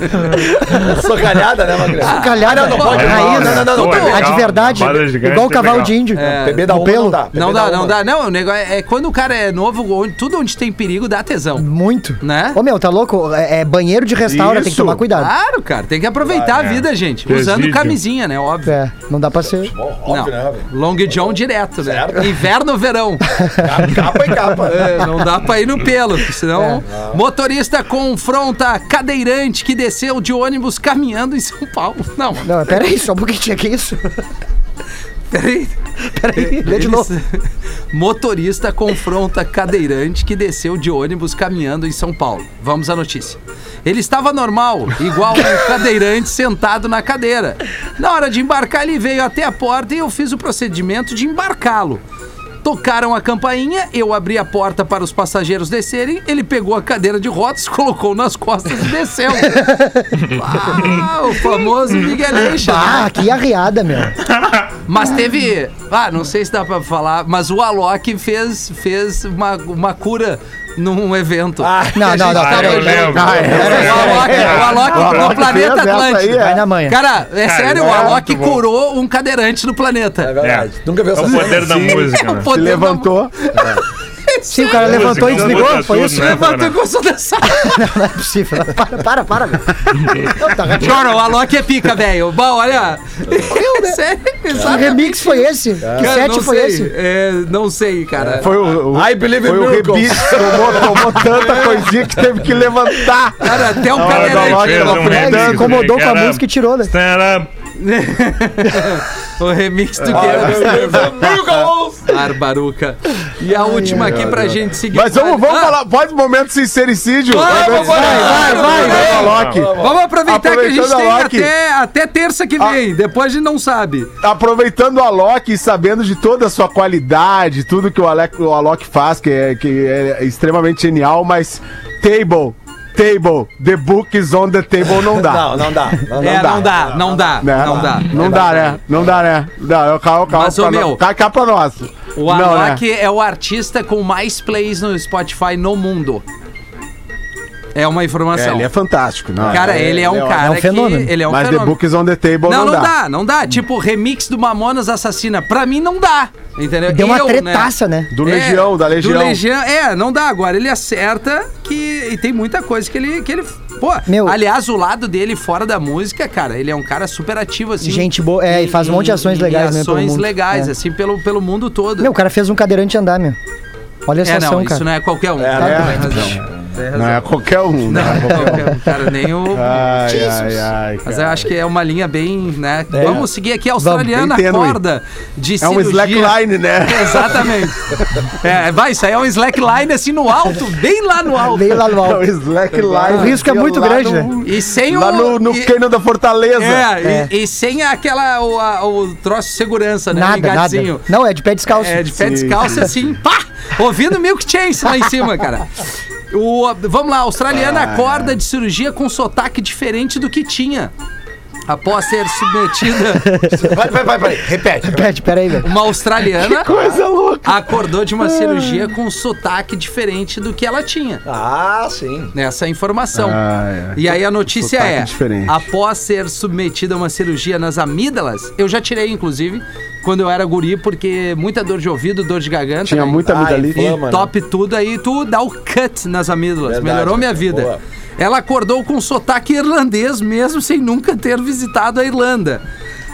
Speaker 5: Socalhada,
Speaker 2: [laughs]
Speaker 5: né, Magrela?
Speaker 2: Calhada,
Speaker 5: não, não
Speaker 2: pô,
Speaker 5: pode,
Speaker 2: aí,
Speaker 5: não,
Speaker 2: não,
Speaker 5: né?
Speaker 2: não, não, não.
Speaker 3: Pô,
Speaker 2: a de
Speaker 3: legal.
Speaker 2: verdade,
Speaker 3: Bala gigante
Speaker 2: igual o
Speaker 3: é
Speaker 2: cavalo
Speaker 3: legal.
Speaker 2: de índio.
Speaker 5: Bebê da
Speaker 4: um
Speaker 2: No
Speaker 5: uma
Speaker 2: pelo.
Speaker 5: não dá. um bebê
Speaker 1: Não dá, não
Speaker 5: uma.
Speaker 1: dá. Não, o negócio é quando o cara é novo, onde- tudo onde tem perigo dá tesão.
Speaker 2: Muito.
Speaker 1: Né?
Speaker 2: Ô meu, tá louco? É, é banheiro de restaura, tem que
Speaker 4: Isso.
Speaker 2: tomar cuidado.
Speaker 1: Claro, cara, tem que aproveitar a
Speaker 3: né?
Speaker 1: vida, gente.
Speaker 3: Presídio.
Speaker 1: Usando camisinha, né? Óbvio.
Speaker 2: É, não dá pra ser.
Speaker 5: Bom, óbvio, né,
Speaker 1: não.
Speaker 5: velho?
Speaker 1: Long John direto, né?
Speaker 5: Certo.
Speaker 1: Inverno,
Speaker 5: [laughs]
Speaker 1: verão.
Speaker 5: Capa- Capa e capa.
Speaker 1: É, não dá pra ir no pelo, porque
Speaker 5: É.
Speaker 1: senão. Motorista confronta cadeirante que desceu de ônibus caminhando em São Paulo. Não,
Speaker 2: Não, peraí, só um pouquinho, que [laughs] isso?
Speaker 1: peraí.
Speaker 2: Peraí, lê de
Speaker 1: Eles-
Speaker 2: novo.
Speaker 1: [laughs] Motorista confronta cadeirante que desceu de ônibus caminhando em São Paulo. Vamos à notícia. Ele estava normal, igual um
Speaker 2: [laughs]
Speaker 1: cadeirante sentado na cadeira. Na hora de embarcar, ele veio até a porta e eu fiz o procedimento de embarcá-lo. Tocaram a campainha, eu abri a porta para os passageiros descerem, ele pegou a cadeira de rodas, [laughs] colocou nas costas e
Speaker 2: [laughs]
Speaker 1: desceu. Ah, o famoso Miguel Eixa. né?
Speaker 2: Ah, que arriada, meu.
Speaker 1: Mas teve. Ah, não sei se dá pra falar, mas o Alok fez, fez uma, uma cura num evento.
Speaker 5: Ah,
Speaker 2: Não, não, não,
Speaker 3: Ah,
Speaker 2: peraí.
Speaker 3: eu lembro.
Speaker 4: Ah,
Speaker 1: O
Speaker 4: é.
Speaker 1: Alok, o Alok
Speaker 4: Ah, o
Speaker 1: no
Speaker 4: Alok
Speaker 1: planeta
Speaker 4: fez essa
Speaker 1: Atlântico.
Speaker 4: aí, é.
Speaker 2: Vai na manhã.
Speaker 1: Cara, é
Speaker 3: Cara,
Speaker 1: sério, o
Speaker 3: é
Speaker 1: Alok
Speaker 3: muito bom.
Speaker 1: curou um cadeirante no
Speaker 5: É
Speaker 1: planeta.
Speaker 5: verdade. Nunca viu
Speaker 3: É
Speaker 5: essa
Speaker 3: o poder da música,
Speaker 1: É o
Speaker 3: né?
Speaker 4: Se
Speaker 1: poder da-
Speaker 4: levantou.
Speaker 2: Sim, o cara
Speaker 3: Música,
Speaker 2: levantou e
Speaker 3: música
Speaker 2: desligou,
Speaker 3: muda
Speaker 2: foi
Speaker 3: tudo,
Speaker 2: isso?
Speaker 3: né?
Speaker 1: Levantou e gostou dessa.
Speaker 2: Não é possível. [laughs] Para, para, para. meu. Não, tá gatinho.
Speaker 1: Chora, o Alok é pica, velho. Bom, olha.
Speaker 4: né?
Speaker 1: [laughs] Sério,
Speaker 2: Que
Speaker 1: exato.
Speaker 2: remix foi esse? Que
Speaker 1: Cara,
Speaker 2: set
Speaker 1: não
Speaker 2: foi
Speaker 1: sei.
Speaker 2: esse?
Speaker 1: É, não sei, cara.
Speaker 4: Foi o, o,
Speaker 5: I believe in
Speaker 4: foi o
Speaker 5: miracles.
Speaker 4: rebite. Tomou, tomou tanta coisinha que teve que levantar.
Speaker 1: [laughs] Cara, até um
Speaker 3: hora do
Speaker 1: cadeirante.
Speaker 3: Alok,
Speaker 1: pela
Speaker 3: um
Speaker 1: frente.
Speaker 2: É, ele se
Speaker 3: remix,
Speaker 2: incomodou
Speaker 3: né,
Speaker 2: com a
Speaker 3: cara?
Speaker 2: música e tirou, né?
Speaker 3: Stand up.
Speaker 1: O remix do que é
Speaker 4: Ah.
Speaker 1: Barbaruca. E a última aqui pra gente seguir.
Speaker 4: Mas vamos, vamos
Speaker 1: Ah,
Speaker 4: falar, pode momento sincericídio.
Speaker 1: Vamos,
Speaker 4: vai, vai, vai, vai, Alok.
Speaker 1: Vamos aproveitar que a gente
Speaker 4: Aproveitando
Speaker 1: tem
Speaker 4: a Loki. Ah.
Speaker 1: até, até terça que vem. Depois a gente não sabe.
Speaker 4: Tá Aproveitando o Alok e sabendo de toda a sua qualidade, tudo que o, Alec, o Alok faz, que é, que é extremamente genial, mas table, table, the book is on the table não dá.
Speaker 5: Não, não dá. Não dá.
Speaker 1: é,
Speaker 4: dá.
Speaker 1: não dá, não dá,
Speaker 4: Né?
Speaker 1: não dá.
Speaker 4: Não dá, né? Não dá, né? Não, calma, calma.
Speaker 1: Mas, ô,
Speaker 4: pra
Speaker 1: meu,
Speaker 4: nós. Cá, cá pra nós. né?
Speaker 1: O Alok é o artista com mais plays no Spotify no mundo. É uma
Speaker 4: É,
Speaker 1: informação.
Speaker 4: ele é fantástico. Não,
Speaker 1: Cara, ele é um cara
Speaker 2: é um fenômeno.
Speaker 1: que... Ele é um
Speaker 4: Mas the
Speaker 1: fenômeno.
Speaker 4: book is on the table
Speaker 1: Não, não, dá. não dá. Tipo, o remix do Mamonas Assassina. Pra mim, não dá. Entendeu?
Speaker 2: Deu uma
Speaker 1: Eu,
Speaker 2: tretaça, né?
Speaker 4: Do
Speaker 1: É,
Speaker 4: Legião, da Legião.
Speaker 1: Do Legião, é, não dá agora. Ele acerta que e tem muita coisa que ele que ele, pô,
Speaker 2: Meu.
Speaker 1: aliás, o lado dele fora da música, cara, ele é um cara super ativo assim.
Speaker 2: Gente boa, é, e faz um monte de ações legais, né,
Speaker 1: ações
Speaker 2: pelo mundo.
Speaker 1: legais
Speaker 2: É.
Speaker 1: assim pelo, pelo mundo todo.
Speaker 2: Meu, o cara fez um cadeirante andar, meu. Olha essa
Speaker 1: é, não,
Speaker 2: ação,
Speaker 1: isso
Speaker 2: cara.
Speaker 1: não é qualquer um.
Speaker 5: É,
Speaker 1: Tá,
Speaker 5: né?
Speaker 1: tem razão. tem razão.
Speaker 4: Não é qualquer um.
Speaker 1: Não,
Speaker 4: Não. é qualquer um. Ah,
Speaker 1: não, cara, nem o.
Speaker 4: [laughs] Ai, ai, ai.
Speaker 1: Mas eu acho que é uma linha bem, né? Vamos seguir aqui a australiana
Speaker 4: É. bem tênue.
Speaker 1: corda de
Speaker 4: É um slackline, né? [laughs]
Speaker 1: Exatamente. É, vai, isso aí é um slackline assim no alto, bem lá no alto.
Speaker 2: Veio lá no
Speaker 4: [laughs] É um
Speaker 2: alto.
Speaker 4: slackline.
Speaker 2: O risco é muito
Speaker 4: né? lá
Speaker 2: grande,
Speaker 4: no-
Speaker 1: E sem
Speaker 4: Lá
Speaker 1: o.
Speaker 4: no, no
Speaker 1: e,
Speaker 4: Cânion da Fortaleza.
Speaker 1: né? é, E, e sem aquela. O, a- o troço de segurança, né?
Speaker 2: Nada, nada.
Speaker 1: Ligadinho.
Speaker 2: Não, é de pé descalço.
Speaker 1: É, de pé descalço assim, pá! Ouvindo Milk Chance lá em cima, cara. O, vamos lá, a australiana
Speaker 4: Ah.
Speaker 1: acorda de cirurgia com sotaque diferente do que tinha. Após ser submetida,
Speaker 5: Vai, vai, vai, vai. Repete.
Speaker 2: Pede, pera aí, velho.
Speaker 1: uma
Speaker 4: [laughs]
Speaker 1: australiana
Speaker 4: Coisa louca.
Speaker 1: acordou de uma cirurgia com sotaque diferente do que ela tinha.
Speaker 5: Ah, sim.
Speaker 1: Nessa né, informação.
Speaker 4: Ah,
Speaker 1: E aí a notícia
Speaker 4: Sotaque
Speaker 1: é:
Speaker 4: diferente.
Speaker 1: após ser submetida a uma cirurgia nas amígdalas, eu já tirei, inclusive, quando eu era guri, porque muita dor de ouvido, dor de garganta.
Speaker 4: Tinha
Speaker 1: né?
Speaker 4: muita
Speaker 5: Ai,
Speaker 4: amidalite.
Speaker 5: inflama. mano.
Speaker 1: Top tudo aí, tu dá o cut nas amígdalas.
Speaker 5: Verdade,
Speaker 1: Melhorou minha
Speaker 5: cara.
Speaker 1: vida.
Speaker 5: Boa.
Speaker 1: Ela acordou com sotaque irlandês, mesmo sem nunca ter visitado a Irlanda.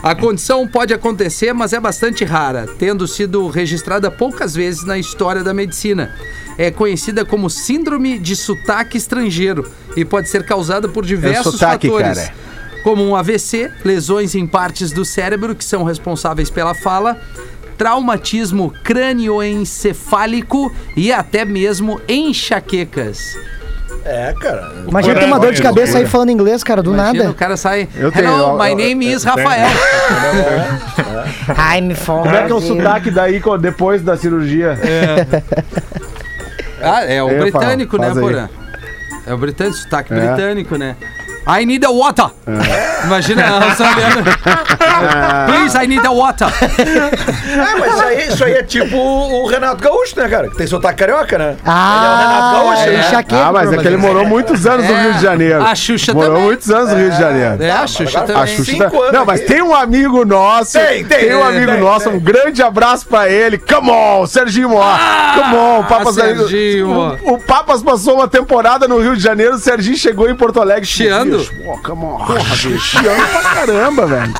Speaker 1: A condição pode acontecer, mas é bastante rara, tendo sido registrada poucas vezes na história da medicina. É conhecida como síndrome de sotaque estrangeiro e pode ser causada por diversos
Speaker 4: sotaque,
Speaker 1: fatores.
Speaker 4: cara.
Speaker 1: Como um AVC, lesões em partes do cérebro que são responsáveis pela fala, traumatismo crânioencefálico e até mesmo enxaquecas.
Speaker 5: É, cara.
Speaker 2: Imagina ter uma dor de
Speaker 3: Loucura.
Speaker 2: cabeça aí falando inglês, cara, do
Speaker 1: Imagina, o
Speaker 2: nada.
Speaker 1: cara sai.
Speaker 4: Eu tenho,
Speaker 1: Hello,
Speaker 4: eu-
Speaker 1: my
Speaker 4: eu-
Speaker 1: name
Speaker 4: eu
Speaker 1: is Rafael.
Speaker 2: I'm from
Speaker 4: Como é que é o sotaque daí co- depois da cirurgia?
Speaker 1: Ah, é o
Speaker 4: Eu ia falar,
Speaker 1: britânico, né,
Speaker 4: faz aí.
Speaker 1: Porã? É É. o britânico, sotaque britânico, né? I need a water. [laughs] Imagina a australiana. Please, I need a water.
Speaker 5: É, mas isso aí, isso aí é tipo o Renato Gaúcho, né, cara? Que tem sotaque carioca, né?
Speaker 2: Ah,
Speaker 5: Ele é o Renato Gaúcho,
Speaker 2: é
Speaker 5: né?
Speaker 2: enxaqueca,
Speaker 4: Ah, mas é
Speaker 2: Bruno,
Speaker 4: que ele morou muitos anos no
Speaker 1: É.
Speaker 4: Rio de Janeiro.
Speaker 1: A Xuxa
Speaker 4: morou
Speaker 1: também.
Speaker 4: muitos anos no Rio de Janeiro.
Speaker 1: É, a
Speaker 5: mas
Speaker 1: Xuxa
Speaker 5: agora-
Speaker 1: também.
Speaker 4: A Xuxa
Speaker 5: Cinco
Speaker 4: tá-
Speaker 5: anos
Speaker 4: Não, mas
Speaker 5: aqui.
Speaker 4: tem um amigo nosso.
Speaker 5: Tem, tem,
Speaker 4: um
Speaker 5: tem,
Speaker 4: amigo
Speaker 5: tem,
Speaker 4: nosso.
Speaker 5: tem.
Speaker 4: Um grande abraço pra ele. Come on, Serginho Mó.
Speaker 5: Ah,
Speaker 4: Come on, Papas
Speaker 1: Serginho Mó.
Speaker 4: o, o Papas passou uma temporada no Rio de Janeiro. O Serginho chegou em Porto Alegre.
Speaker 1: Chiando.
Speaker 4: Bicho, Pô, come on. Porra, bicho. Chiando pra caramba, velho.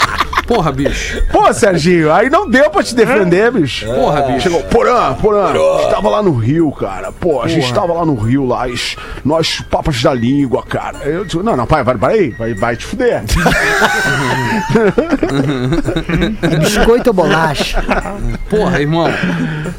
Speaker 1: Porra, bicho.
Speaker 4: Pô, Serginho, aí não deu pra te
Speaker 5: É.
Speaker 4: defender, bicho.
Speaker 1: Porra, bicho.
Speaker 4: Chegou, Porã, Porã, a gente tava lá no Rio, cara. Pô, a gente tava lá no Rio, lá, es- nós, papas da língua, cara. Eu digo, não, não, pai, vai, vai, vai, vai te fuder.
Speaker 5: [laughs]
Speaker 2: É biscoito ou
Speaker 4: [laughs]
Speaker 2: bolacha?
Speaker 1: Porra, [laughs] irmão.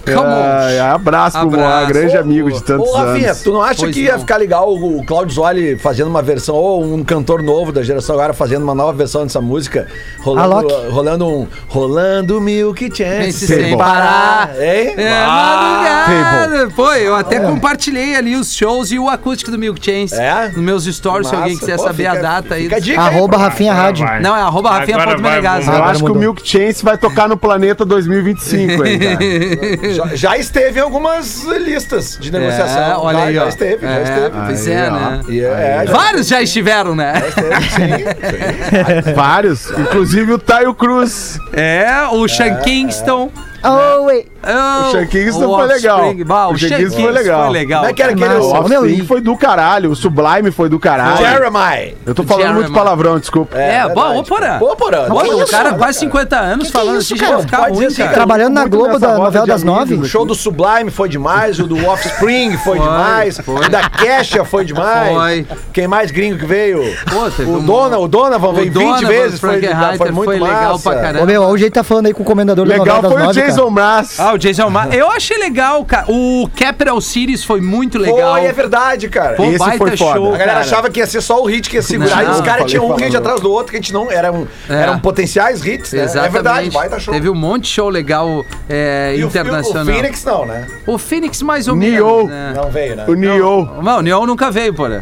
Speaker 1: Come on.
Speaker 4: Ai, ai, abraço pro
Speaker 1: Abraço.
Speaker 4: Moá, grande amigo de tantos
Speaker 5: Ô, Rafinha,
Speaker 4: anos.
Speaker 5: tu não acha
Speaker 1: Pois
Speaker 5: que ia
Speaker 1: não.
Speaker 5: ficar legal o o Claudio Zoli fazendo uma versão, ou um cantor novo da geração agora fazendo uma nova versão dessa música? Rolando,
Speaker 2: Alok.
Speaker 5: rolando um. Rolando Milk Chance.
Speaker 1: Pense sem parar.
Speaker 5: Hein? Ah,
Speaker 1: É, madrugada. Pô, eu até compartilhei ali os shows e o acústico do Milk Chains.
Speaker 5: É?
Speaker 1: Nos meus stories, se alguém
Speaker 5: Massa.
Speaker 1: quiser
Speaker 5: Pô,
Speaker 1: saber a
Speaker 5: fica-
Speaker 1: data aí.
Speaker 5: fica a
Speaker 4: é
Speaker 5: dica aí,
Speaker 2: Arroba Rafinha
Speaker 4: Ah,
Speaker 3: Agora
Speaker 2: Rádio.
Speaker 3: vai.
Speaker 1: Não, é arroba Rafinha
Speaker 3: Agora
Speaker 1: ponto
Speaker 3: vai,
Speaker 1: Menegasso.
Speaker 3: vamos
Speaker 4: Eu
Speaker 3: lá.
Speaker 4: acho que o Milk Chance vai tocar no Planeta 2025, hein, cara.
Speaker 1: [laughs]
Speaker 5: Já, já esteve em algumas listas de negociação.
Speaker 1: É, olha
Speaker 5: já,
Speaker 1: aí,
Speaker 5: já
Speaker 1: ó.
Speaker 5: esteve, já
Speaker 1: É,
Speaker 5: esteve.
Speaker 1: pois é,
Speaker 4: Aí, ó.
Speaker 1: né?
Speaker 5: E é, é, já
Speaker 1: Vários já estiveram, né?
Speaker 5: esteve, sim, sim.
Speaker 4: Vários, inclusive o Taio Cruz.
Speaker 1: É, o Sean Kingston.
Speaker 2: Oh,
Speaker 4: né?
Speaker 2: ué.
Speaker 1: ah,
Speaker 4: O Sean Kingston foi
Speaker 1: Offspring.
Speaker 4: legal.
Speaker 1: Bah, o
Speaker 4: O
Speaker 1: Sean
Speaker 4: Sean Kingston
Speaker 1: Kingston
Speaker 4: foi legal.
Speaker 1: foi legal.
Speaker 5: Como é que era aquele.
Speaker 2: Massa.
Speaker 4: O
Speaker 5: o-
Speaker 2: meu,
Speaker 4: Offspring
Speaker 2: e-
Speaker 4: foi do caralho, o Sublime foi do caralho.
Speaker 5: Jeremiah.
Speaker 4: Eu tô falando
Speaker 1: Jeremiah.
Speaker 4: muito palavrão, desculpa.
Speaker 1: É,
Speaker 5: verdade.
Speaker 1: bom, ô, Porã.
Speaker 5: Ô, Porã.
Speaker 2: Mas
Speaker 1: Pô,
Speaker 2: que
Speaker 5: olha
Speaker 1: o
Speaker 2: isso,
Speaker 1: cara
Speaker 5: só,
Speaker 1: quase 50 anos
Speaker 2: Que que é
Speaker 1: falando
Speaker 2: isso,
Speaker 1: assim, já
Speaker 2: cara?
Speaker 1: vai ficar
Speaker 5: Pode
Speaker 1: ruim,
Speaker 5: dizer que
Speaker 1: cara.
Speaker 2: Trabalhando na
Speaker 4: muito
Speaker 2: Globo
Speaker 4: nessa
Speaker 2: da
Speaker 4: roda
Speaker 2: novela
Speaker 4: de
Speaker 2: das
Speaker 4: amigos
Speaker 2: nove.
Speaker 5: O show do Sublime foi demais, o do Offspring foi,
Speaker 1: Foi,
Speaker 5: demais,
Speaker 1: foi.
Speaker 5: o da Kesha foi demais.
Speaker 1: Foi.
Speaker 5: Quem mais gringo que veio?
Speaker 1: Pô, teve
Speaker 5: o
Speaker 1: um-
Speaker 5: Dona, o Donovan
Speaker 1: O
Speaker 5: veio 20
Speaker 1: Donovan,
Speaker 5: vezes, foi,
Speaker 1: Frank
Speaker 5: foi,
Speaker 1: Reiter
Speaker 5: muito
Speaker 1: foi legal
Speaker 5: massa.
Speaker 1: pra caralho.
Speaker 2: Ô, meu, ó, o jeito tá falando aí com o comendador da
Speaker 4: Legal
Speaker 2: novela das
Speaker 4: foi o
Speaker 2: nove, cara.
Speaker 4: Jason Mraz.
Speaker 1: Ah, o Jason Mar. Eu achei legal, cara. O Capital Cities foi muito legal.
Speaker 5: Foi, é verdade, cara.
Speaker 1: Pô,
Speaker 4: Esse
Speaker 1: baita
Speaker 4: foi foda.
Speaker 1: show,
Speaker 5: A galera
Speaker 1: cara.
Speaker 5: achava que ia ser só o hit que ia segurar.
Speaker 1: Não,
Speaker 5: e os caras
Speaker 4: falei,
Speaker 5: tinham um
Speaker 4: falando.
Speaker 5: hit atrás do outro que a gente não. Eram,
Speaker 1: É.
Speaker 5: eram potenciais hits, né?
Speaker 1: Exatamente.
Speaker 5: É verdade, baita show.
Speaker 1: Teve um monte de show legal é,
Speaker 5: E o-
Speaker 1: internacional.
Speaker 5: O, Phoenix não, né?
Speaker 1: O Phoenix mais ou menos.
Speaker 4: Neo.
Speaker 1: Né?
Speaker 5: Não veio, né?
Speaker 4: O Neo.
Speaker 1: Não, o Neo nunca veio, porra.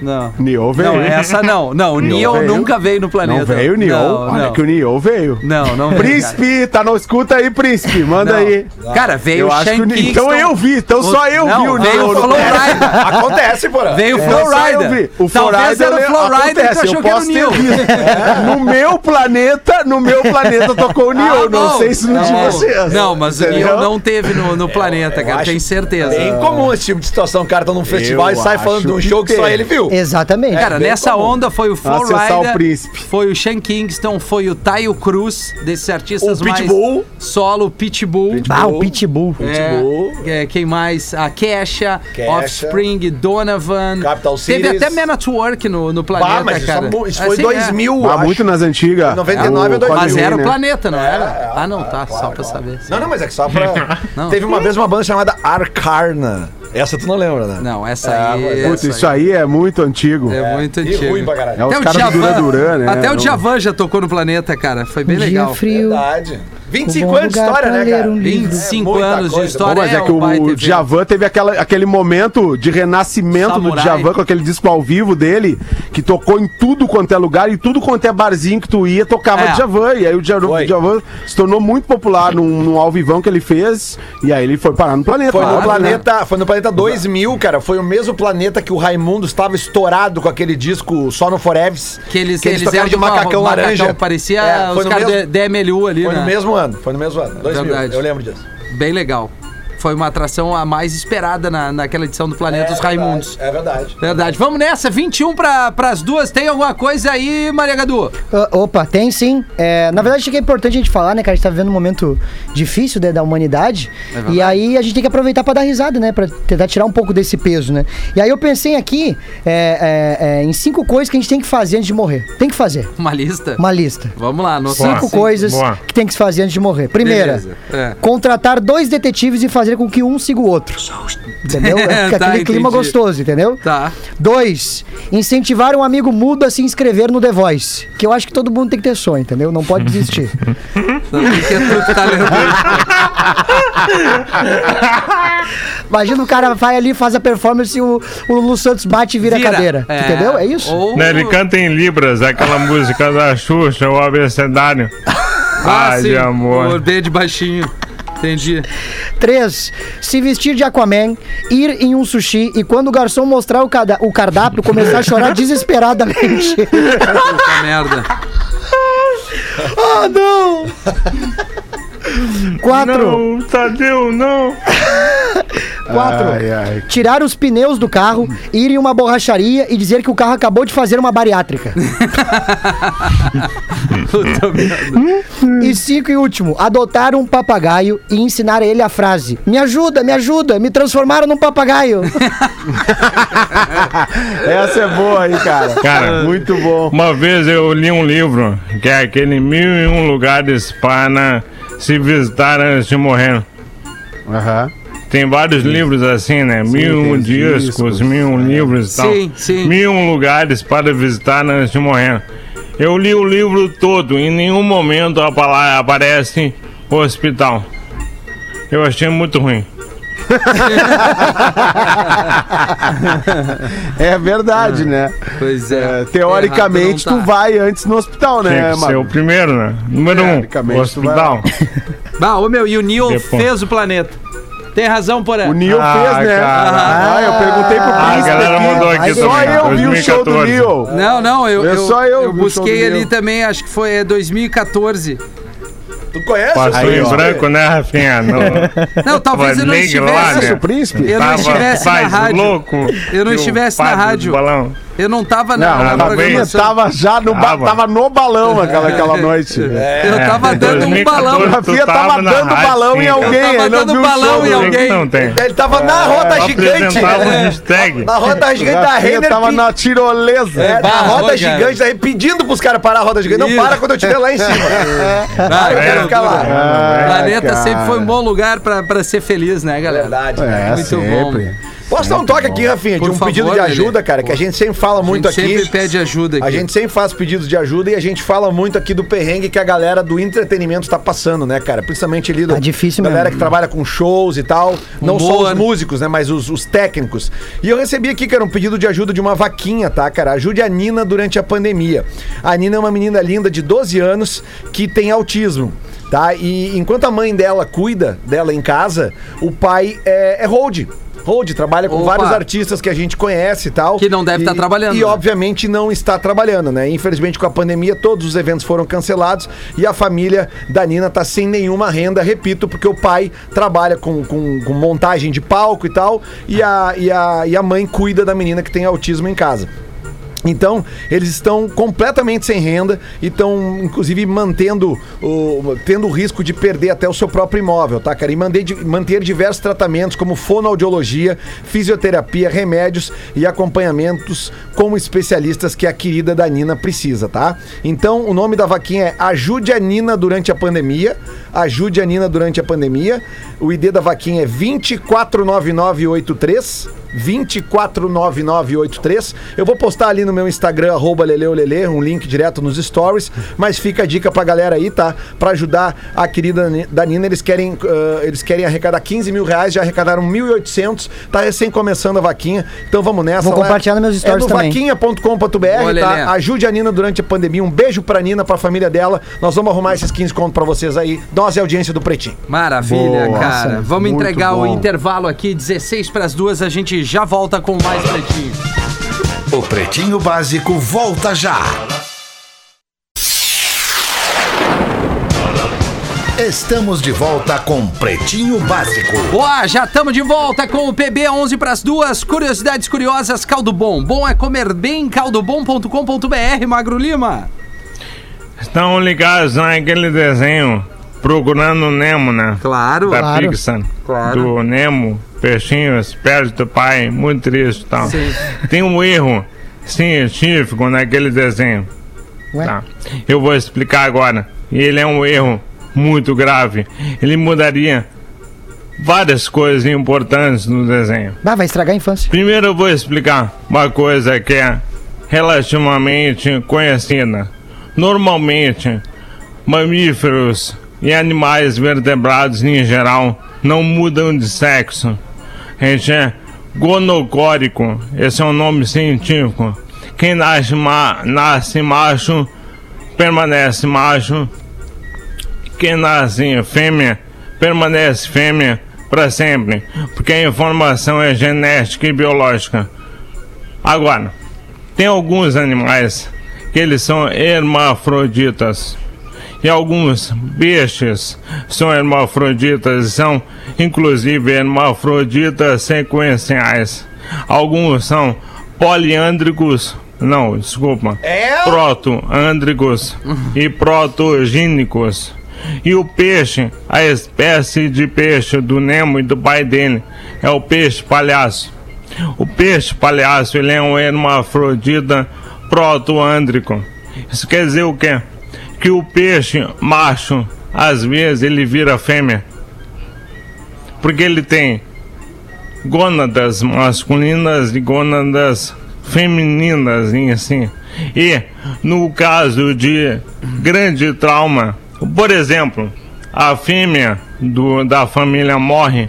Speaker 1: Não.
Speaker 4: Neo veio.
Speaker 1: Não, é essa não. Não, o Neo
Speaker 4: veio.
Speaker 1: nunca veio no planeta.
Speaker 4: Não veio o Neo.
Speaker 1: Não,
Speaker 4: Olha
Speaker 1: não.
Speaker 4: que o Neo veio.
Speaker 1: Não, não veio,
Speaker 4: Príncipe, tá no escuta aí, príncipe. Manda
Speaker 1: Não.
Speaker 4: aí.
Speaker 1: Cara, veio
Speaker 4: Eu
Speaker 1: o
Speaker 4: acho
Speaker 1: Sean
Speaker 4: que o Neo. Então
Speaker 1: Kingston.
Speaker 4: eu vi, então só eu
Speaker 1: Não,
Speaker 4: vi o
Speaker 1: veio
Speaker 4: Neo.
Speaker 1: o
Speaker 4: no-
Speaker 1: Flowrider.
Speaker 5: Acontece,
Speaker 1: [laughs]
Speaker 5: porra.
Speaker 1: Veio o
Speaker 5: É.
Speaker 4: Não, só eu
Speaker 1: Flowrider.
Speaker 4: vi. O
Speaker 1: Talvez
Speaker 4: Flowrider
Speaker 1: era o
Speaker 4: eu-
Speaker 1: Flowrider que tu
Speaker 4: acontece, eu
Speaker 1: achou que era o
Speaker 4: posso ter
Speaker 1: Neo. [laughs]
Speaker 4: visto. No meu planeta, no meu planeta tocou o Neo.
Speaker 1: Ah,
Speaker 4: não sei se no de vocês.
Speaker 1: Não, mas o
Speaker 4: Entendeu?
Speaker 1: Neo não teve no, no planeta, cara.
Speaker 5: acho
Speaker 1: Tenho certeza.
Speaker 5: É incomum esse tipo de situação. O cara tá num festival
Speaker 4: Eu
Speaker 5: e sai falando de um
Speaker 4: acho
Speaker 5: show que
Speaker 4: que
Speaker 5: só
Speaker 4: tem.
Speaker 5: ele viu.
Speaker 2: Exatamente.
Speaker 1: Cara,
Speaker 5: É, bem
Speaker 1: nessa
Speaker 5: comum.
Speaker 1: onda foi o
Speaker 4: Acessar o
Speaker 1: Flowrider,
Speaker 4: príncipe.
Speaker 1: foi o Sean Kingston, foi o Taio Cruz, desses artistas
Speaker 5: O
Speaker 1: mais...
Speaker 5: Pitbull.
Speaker 1: Solo, o Pitbull.
Speaker 2: Ah, o Pitbull.
Speaker 5: Pitbull.
Speaker 1: É, é, quem mais? A Kesha,
Speaker 5: Kesha.
Speaker 1: Offspring, Donovan.
Speaker 5: Capital
Speaker 1: Teve
Speaker 5: Cities.
Speaker 1: até Man at Work no, no planeta,
Speaker 5: Bah, mas isso,
Speaker 1: cara.
Speaker 5: é mu- isso foi
Speaker 1: Assim,
Speaker 5: 2000,
Speaker 4: Ah,
Speaker 5: acho.
Speaker 4: muito nas antigas.
Speaker 5: 99
Speaker 4: O
Speaker 5: é dois mil.
Speaker 4: Cosmic
Speaker 1: Mas era o
Speaker 4: né?
Speaker 1: planeta, não era?
Speaker 5: É, é,
Speaker 1: ah, não,
Speaker 5: é,
Speaker 1: tá.
Speaker 5: claro,
Speaker 1: só pra
Speaker 5: claro.
Speaker 1: saber.
Speaker 5: Não, não, mas é que só pra...
Speaker 1: [laughs] Não.
Speaker 5: Teve uma vez uma banda chamada Arcarna. Essa tu não lembra, né?
Speaker 1: Não, essa
Speaker 5: Ah,
Speaker 1: aí.
Speaker 5: mas-
Speaker 1: essa
Speaker 4: Puta, isso aí é muito antigo.
Speaker 1: É muito
Speaker 5: E
Speaker 1: antigo.
Speaker 5: ruim pra caralho.
Speaker 4: É os caras do Duran Duran, né?
Speaker 1: Até o
Speaker 4: Não-
Speaker 1: Djavan já tocou no planeta, cara. Foi bem
Speaker 2: Um
Speaker 1: legal.
Speaker 2: Dia frio.
Speaker 5: É Verdade. 25
Speaker 2: Um bom
Speaker 5: anos de
Speaker 2: lugar
Speaker 5: história,
Speaker 2: pra
Speaker 5: né,
Speaker 2: ler
Speaker 5: cara?
Speaker 2: um livro.
Speaker 1: 25
Speaker 5: muita
Speaker 1: anos de
Speaker 5: coisa.
Speaker 4: Pô,
Speaker 1: história.
Speaker 4: mas é que
Speaker 1: um baita
Speaker 4: o
Speaker 1: evento.
Speaker 4: Djavan teve aquela- aquele momento de renascimento
Speaker 1: Samurai.
Speaker 4: do Djavan com aquele disco ao vivo dele, que tocou em tudo quanto é lugar e tudo quanto é barzinho que tu ia, tocava
Speaker 1: É.
Speaker 4: Djavan. E aí o Djavan,
Speaker 5: Foi.
Speaker 4: Djavan se tornou muito popular num, num ao vivão que ele fez, e aí ele foi parar no planeta.
Speaker 5: Foi no
Speaker 4: claro, né?
Speaker 5: planeta, foi no planeta 2000, cara. Foi o mesmo planeta que o Raimundo estava estourado com aquele disco Só no Foreves.
Speaker 1: Que eles, que eles eram de uma- Parecia
Speaker 5: É, foi
Speaker 1: os
Speaker 5: no
Speaker 1: caras
Speaker 5: mesmo-
Speaker 1: da da MLU ali,
Speaker 5: Foi
Speaker 1: né?
Speaker 5: no mesmo ano, foi no mesmo ano, 2000.
Speaker 1: Verdade.
Speaker 5: Eu lembro disso.
Speaker 1: Bem legal. Foi uma atração a mais esperada na, naquela edição do Planeta dos Raimundos.
Speaker 5: É verdade.
Speaker 1: Verdade. Vamos nessa, 21 para as duas. Tem alguma coisa aí, Maria Gadu?
Speaker 2: Ah, opa, tem sim. É, na verdade, acho que é importante a gente falar, né, cara? A gente tá vivendo um momento difícil né, da humanidade.
Speaker 1: É
Speaker 2: e aí a gente tem que aproveitar pra dar risada, né? Pra tentar tirar um pouco desse peso, né? E aí eu pensei aqui é, é, é, em cinco coisas que a gente tem que fazer antes de morrer. Tem que fazer.
Speaker 1: Uma lista?
Speaker 2: Uma lista.
Speaker 1: Vamos lá, anotar.
Speaker 2: Cinco
Speaker 1: assim.
Speaker 2: coisas
Speaker 3: boa.
Speaker 2: que tem que se fazer antes de morrer. Primeira,
Speaker 1: Beleza, é.
Speaker 2: contratar dois detetives e fazer com que um siga o outro.
Speaker 1: [laughs]
Speaker 2: Entendeu? É,
Speaker 1: Tá,
Speaker 2: aquele clima
Speaker 1: entendi.
Speaker 2: gostoso, entendeu?
Speaker 1: Tá.
Speaker 2: Dois, incentivar um amigo mudo a se inscrever no The Voice. Que eu acho que todo mundo tem que ter sonho, entendeu? Não pode desistir.
Speaker 1: Porque tu
Speaker 2: [laughs]
Speaker 1: que tá lembrando.
Speaker 2: Imagina o cara vai ali, faz a performance e o, o Lulu Santos bate e vira, a cadeira.
Speaker 1: É.
Speaker 2: Entendeu? É isso?
Speaker 1: Ou...
Speaker 3: Né, ele canta em Libras, aquela música da Xuxa, o abecedário.
Speaker 1: Ah,
Speaker 3: Ai,
Speaker 1: sim.
Speaker 3: de amor.
Speaker 1: O D de baixinho. Entendi.
Speaker 2: Três, se vestir de Aquaman, ir em um sushi e quando o garçom mostrar o, cada- o cardápio, começar a chorar desesperadamente.
Speaker 1: Puta Tá merda. [laughs]
Speaker 2: Ah, não! Quatro.
Speaker 3: Não, Tadeu, não.
Speaker 2: Quatro.
Speaker 4: Ai, ai.
Speaker 2: Tirar os pneus do carro, ir em uma borracharia e dizer que o carro acabou de fazer uma bariátrica.
Speaker 1: Puta Tá merda.
Speaker 2: e cinco e último, adotar um papagaio e ensinar ele a frase: Me ajuda, me ajuda, me transformaram
Speaker 1: [laughs]
Speaker 2: num papagaio.
Speaker 4: Essa é boa aí, cara.
Speaker 3: Cara.
Speaker 4: Ah, muito bom.
Speaker 3: Uma vez eu li um livro, que é aquele mil e um lugares para se visitar antes de morrer.
Speaker 4: Aham.
Speaker 3: Tem vários livros assim, né? mil e um
Speaker 4: tem os
Speaker 3: discos,
Speaker 4: discos, É.
Speaker 3: mil e um livros e tal.
Speaker 1: Sim, sim.
Speaker 3: Mil e um lugares para visitar antes de morrer. Eu li o livro todo, em nenhum momento a palavra aparece hospital. Eu achei muito ruim.
Speaker 4: É verdade, né?
Speaker 1: Pois é.
Speaker 4: É, teoricamente,
Speaker 1: Errado não
Speaker 4: tu
Speaker 1: tá.
Speaker 4: vai antes no hospital,
Speaker 3: Tem
Speaker 4: né,
Speaker 3: que ser o
Speaker 4: mano?
Speaker 3: primeiro, né? Número um,
Speaker 4: Teoricamente,
Speaker 3: hospital.
Speaker 1: Bah, ô meu, e o Neil
Speaker 3: Depois.
Speaker 1: fez o planeta. Tem razão, Porã.
Speaker 4: O Neil
Speaker 3: Ah,
Speaker 4: fez, né?
Speaker 3: cara.
Speaker 4: Ah, eu perguntei pro
Speaker 3: Ah, a
Speaker 4: Príncipe
Speaker 3: galera
Speaker 4: aqui,
Speaker 3: mandou aqui
Speaker 4: Só
Speaker 3: também,
Speaker 4: eu vi o show do
Speaker 3: 2014.
Speaker 4: Neil.
Speaker 1: Não, não, eu,
Speaker 4: É
Speaker 1: eu,
Speaker 4: só eu,
Speaker 1: eu
Speaker 4: viu,
Speaker 1: busquei
Speaker 4: João
Speaker 1: ali
Speaker 4: Neil.
Speaker 1: também, acho que foi é, 2014.
Speaker 5: Tu conhece
Speaker 3: Passou
Speaker 4: Aí,
Speaker 3: em
Speaker 4: ó.
Speaker 3: branco, né, Rafinha? Não, [laughs]
Speaker 1: Não, talvez eu não
Speaker 3: Liga lá, né?
Speaker 1: estivesse.
Speaker 4: Isso, o Príncipe?
Speaker 1: Eu não estivesse na
Speaker 3: faz
Speaker 1: rádio.
Speaker 3: louco.
Speaker 1: Eu não
Speaker 3: que o
Speaker 1: estivesse na
Speaker 3: padre do
Speaker 1: rádio.
Speaker 3: Balão.
Speaker 1: Eu não tava
Speaker 4: Não,
Speaker 1: na,
Speaker 3: Não,
Speaker 4: a
Speaker 1: na
Speaker 3: tava bem.
Speaker 4: Rafinha
Speaker 1: programação.
Speaker 4: tava já no, ba-
Speaker 3: Tava.
Speaker 4: tava no balão aquela,
Speaker 1: [laughs]
Speaker 4: aquela noite.
Speaker 1: Eu
Speaker 3: É,
Speaker 1: tava dando um
Speaker 3: 2014
Speaker 1: balão.
Speaker 4: O Rafinha
Speaker 3: Tu tava
Speaker 4: tava
Speaker 3: na
Speaker 4: dando
Speaker 3: rádio,
Speaker 4: balão
Speaker 3: sim,
Speaker 4: em
Speaker 3: cara.
Speaker 4: alguém.
Speaker 1: Tava
Speaker 4: ele não
Speaker 1: dando
Speaker 4: viu o
Speaker 1: balão em
Speaker 4: show do-
Speaker 3: Por que
Speaker 1: alguém. né?
Speaker 3: que Não tem.
Speaker 5: Ele tava
Speaker 4: É,
Speaker 5: na roda gigante.
Speaker 3: Apresentava um hashtag.
Speaker 5: Na roda gigante
Speaker 4: O
Speaker 5: da
Speaker 4: Rafinha
Speaker 5: Renner.
Speaker 4: tava
Speaker 5: pe-
Speaker 4: na tirolesa.
Speaker 5: É, na
Speaker 1: Ah,
Speaker 5: roda
Speaker 1: olha,
Speaker 5: gigante, aí pedindo pros caras parar a roda gigante.
Speaker 1: Isso. É.
Speaker 5: Não para quando eu tiver lá
Speaker 1: [laughs]
Speaker 5: em cima.
Speaker 1: Vai,
Speaker 5: eu
Speaker 4: É,
Speaker 5: quero
Speaker 1: cara,
Speaker 5: ficar lá.
Speaker 1: dura. O planeta
Speaker 4: cara.
Speaker 1: sempre foi um bom lugar pra, pra ser feliz, né, galera?
Speaker 5: Verdade.
Speaker 4: É,
Speaker 1: Muito
Speaker 4: sempre.
Speaker 5: Posso dar um toque aqui, Rafinha, de
Speaker 1: Por
Speaker 5: um pedido
Speaker 1: favor,
Speaker 5: de ajuda,
Speaker 1: Lelê.
Speaker 5: cara, que a gente sempre fala muito
Speaker 1: a gente
Speaker 5: aqui.
Speaker 1: sempre pede ajuda aqui.
Speaker 5: A gente sempre faz pedidos de ajuda e a gente fala muito aqui do perrengue que a galera do entretenimento tá passando, né, cara? Principalmente ali do,
Speaker 2: Tá difícil
Speaker 5: galera
Speaker 2: mesmo.
Speaker 5: que trabalha com shows e tal. Não só
Speaker 1: Humor.
Speaker 5: os músicos, né? Mas os, os técnicos. E eu recebi aqui, cara, um pedido de ajuda de uma vaquinha, tá, cara? Ajude a Nina durante a pandemia. A Nina é uma menina linda de 12 anos que tem autismo. Tá? E enquanto a mãe dela cuida dela em casa, o pai é, é hold. Hold trabalha com
Speaker 1: Opa.
Speaker 5: vários artistas que a gente conhece e tal.
Speaker 1: Que não deve
Speaker 5: E-
Speaker 1: tá trabalhando,
Speaker 5: E
Speaker 1: né?
Speaker 5: obviamente não está trabalhando, né? Infelizmente com a pandemia todos os eventos foram cancelados e a família da Nina tá sem nenhuma renda, repito, porque o pai trabalha com, com, com montagem de palco e tal e a, e, a, e a mãe cuida da menina que tem autismo em casa. Então, eles estão completamente sem renda e estão, inclusive, mantendo o, tendo o risco de perder até o seu próprio imóvel, tá, cara? E manter, di- manter diversos tratamentos como fonoaudiologia, fisioterapia, remédios e acompanhamentos como especialistas que a querida da Nina precisa, tá? Então, o nome da vaquinha é Ajude a Nina durante a pandemia. Ajude a Nina durante a pandemia. O ID da vaquinha é 249983. 249983. Eu vou postar ali no meu Instagram, arroba leleolele, um link direto nos stories. Mas fica a dica pra galera aí, tá? Pra ajudar a querida Ni- da Nina. Eles querem, ah, eles querem arrecadar 15 mil reais, já arrecadaram 1.800. Tá recém começando a vaquinha. Então vamos nessa.
Speaker 2: Vou compartilhar nos meus stories
Speaker 5: é no
Speaker 2: também.
Speaker 5: vaquinha.com.br,
Speaker 1: Boa, Lelê.
Speaker 5: tá? Ajude a Nina durante a pandemia. Um beijo pra Nina, pra família dela. Nós vamos arrumar esses 15 contos pra vocês aí. Nós e a audiência do Pretinho.
Speaker 1: Maravilha,
Speaker 4: Boa,
Speaker 1: cara.
Speaker 4: nossa,
Speaker 1: Vamos
Speaker 4: muito
Speaker 1: entregar o
Speaker 4: bom.
Speaker 1: intervalo aqui, 16 para as duas, a gente já volta com mais pretinho.
Speaker 6: O Pretinho Básico volta já. Estamos de volta com Pretinho Básico.
Speaker 1: Ó, já estamos de volta com o PB 11 para as duas. Curiosidades curiosas, caldo bom. Bom é comer bem, caldobom.com.br, Magro Lima.
Speaker 3: Estão ligados naquele desenho Procurando Nemo, né?
Speaker 1: Claro.
Speaker 3: Da
Speaker 2: Claro.
Speaker 3: Pixar.
Speaker 1: Claro.
Speaker 3: Do Nemo, peixinhos, perto do pai, muito triste e tal.
Speaker 1: Sim.
Speaker 3: Tem um erro científico naquele desenho.
Speaker 2: Ué?
Speaker 3: Tá. Eu vou explicar agora. E ele é um erro muito grave. Ele mudaria várias coisas importantes no desenho.
Speaker 2: Ah, vai estragar a infância.
Speaker 3: Primeiro eu vou explicar uma coisa que é relativamente conhecida. Normalmente, mamíferos e animais vertebrados em geral não mudam de sexo. A gente é gonocórico, esse é o nome científico. Quem nasce, ma nasce macho permanece macho. Quem nasce fêmea permanece fêmea para sempre, porque a informação é genética e biológica. Agora, tem alguns animais que eles são hermafroditas e alguns peixes são hermafroditas e são inclusive hermafroditas sequenciais. Alguns são poliândricos, não, desculpa,
Speaker 5: É
Speaker 3: protoândricos e protogênicos. E o peixe, a espécie de peixe do Nemo e do pai dele, é o peixe palhaço. O peixe palhaço ele é um hermafrodita protoândrico. Isso quer dizer o quê? Que o peixe macho, às vezes, ele vira fêmea. Porque ele tem gônadas masculinas e gônadas femininas em si. E no caso de grande trauma, por exemplo, a fêmea do, da família morre,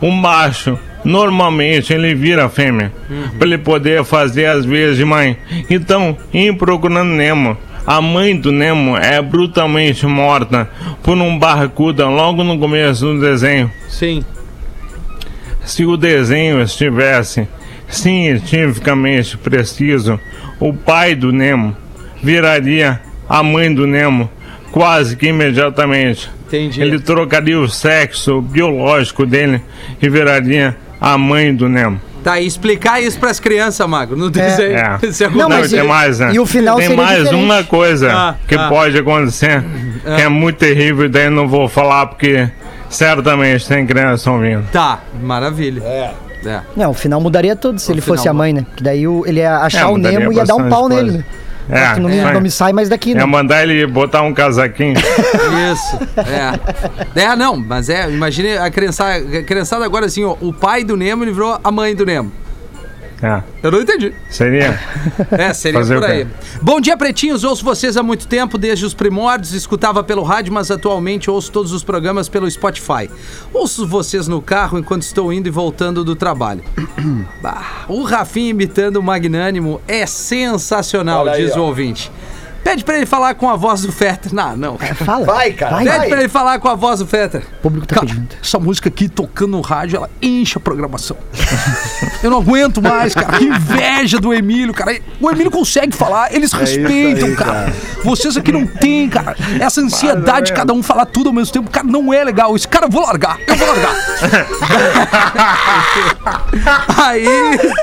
Speaker 3: o macho normalmente ele vira fêmea para ele poder fazer as veias de mãe. Então, em procurando Nemo, a mãe do Nemo é brutalmente morta por um barracuda logo no começo do desenho
Speaker 1: Sim.
Speaker 3: se o desenho estivesse cientificamente preciso, o pai do Nemo viraria a mãe do Nemo quase que imediatamente.
Speaker 1: Entendi.
Speaker 3: Ele trocaria o sexo biológico dele e viraria a mãe do Nemo.
Speaker 1: Tá, e explicar isso pras crianças, Magro, no desenho.
Speaker 3: É.
Speaker 1: Se
Speaker 2: Não,
Speaker 3: Não,
Speaker 2: mas
Speaker 3: tem
Speaker 2: e-
Speaker 3: mais, né?
Speaker 2: e o final
Speaker 3: tem
Speaker 2: seria
Speaker 3: mais
Speaker 2: diferente. Uhum.
Speaker 3: uma coisa
Speaker 1: Ah,
Speaker 3: que
Speaker 1: ah.
Speaker 3: pode acontecer, que
Speaker 2: Ah.
Speaker 3: é muito terrível, daí não vou falar porque certamente tem criança ouvindo.
Speaker 1: Tá, maravilha. É.
Speaker 2: Não, o final mudaria tudo se
Speaker 1: O
Speaker 2: ele
Speaker 1: final
Speaker 2: fosse a mãe, né? Que daí o- ele ia achar
Speaker 3: É,
Speaker 2: o
Speaker 3: mudaria
Speaker 2: Nemo e ia dar um
Speaker 3: bastante
Speaker 2: pau
Speaker 3: coisa.
Speaker 2: nele, né?
Speaker 3: É,
Speaker 2: Que não, me-
Speaker 3: é.
Speaker 2: não me sai mais daqui, né?
Speaker 3: É mandar ele botar um casaquinho. [laughs]
Speaker 1: Isso, é. É, não, mas é, imagine a criançada, a criançada agora assim, ó, o pai do Nemo livrou a mãe do Nemo.
Speaker 3: é,
Speaker 1: Eu não entendi.
Speaker 3: seria.
Speaker 1: É, seria
Speaker 3: Fazer
Speaker 1: por
Speaker 3: o quê?
Speaker 1: aí. Bom dia, pretinhos. Ouço vocês há muito tempo, desde os primórdios. Escutava pelo rádio, mas atualmente ouço todos os programas pelo Spotify. Ouço vocês no carro enquanto estou indo e voltando do trabalho. [coughs] Bah, o Rafinha imitando o Magnânimo é sensacional, diz o ouvinte. Pede pra ele falar com a voz do Fetter. Não, não.
Speaker 2: Fala.
Speaker 5: Vai, cara,
Speaker 2: Vai,
Speaker 1: Pede
Speaker 5: vai.
Speaker 1: pra ele falar com a voz do Fetter.
Speaker 2: O público tá
Speaker 1: Cara,
Speaker 2: pedindo.
Speaker 1: essa música aqui tocando no rádio, ela enche a programação. Eu não aguento mais, cara. Que inveja do Emílio, cara. O Emílio consegue falar, eles
Speaker 2: É
Speaker 1: respeitam,
Speaker 5: aí,
Speaker 1: cara. Vocês aqui não tem, cara. Essa ansiedade de
Speaker 2: né,
Speaker 1: cada um falar tudo ao mesmo tempo, cara, não é legal. Esse cara, eu vou largar, eu vou largar. aí,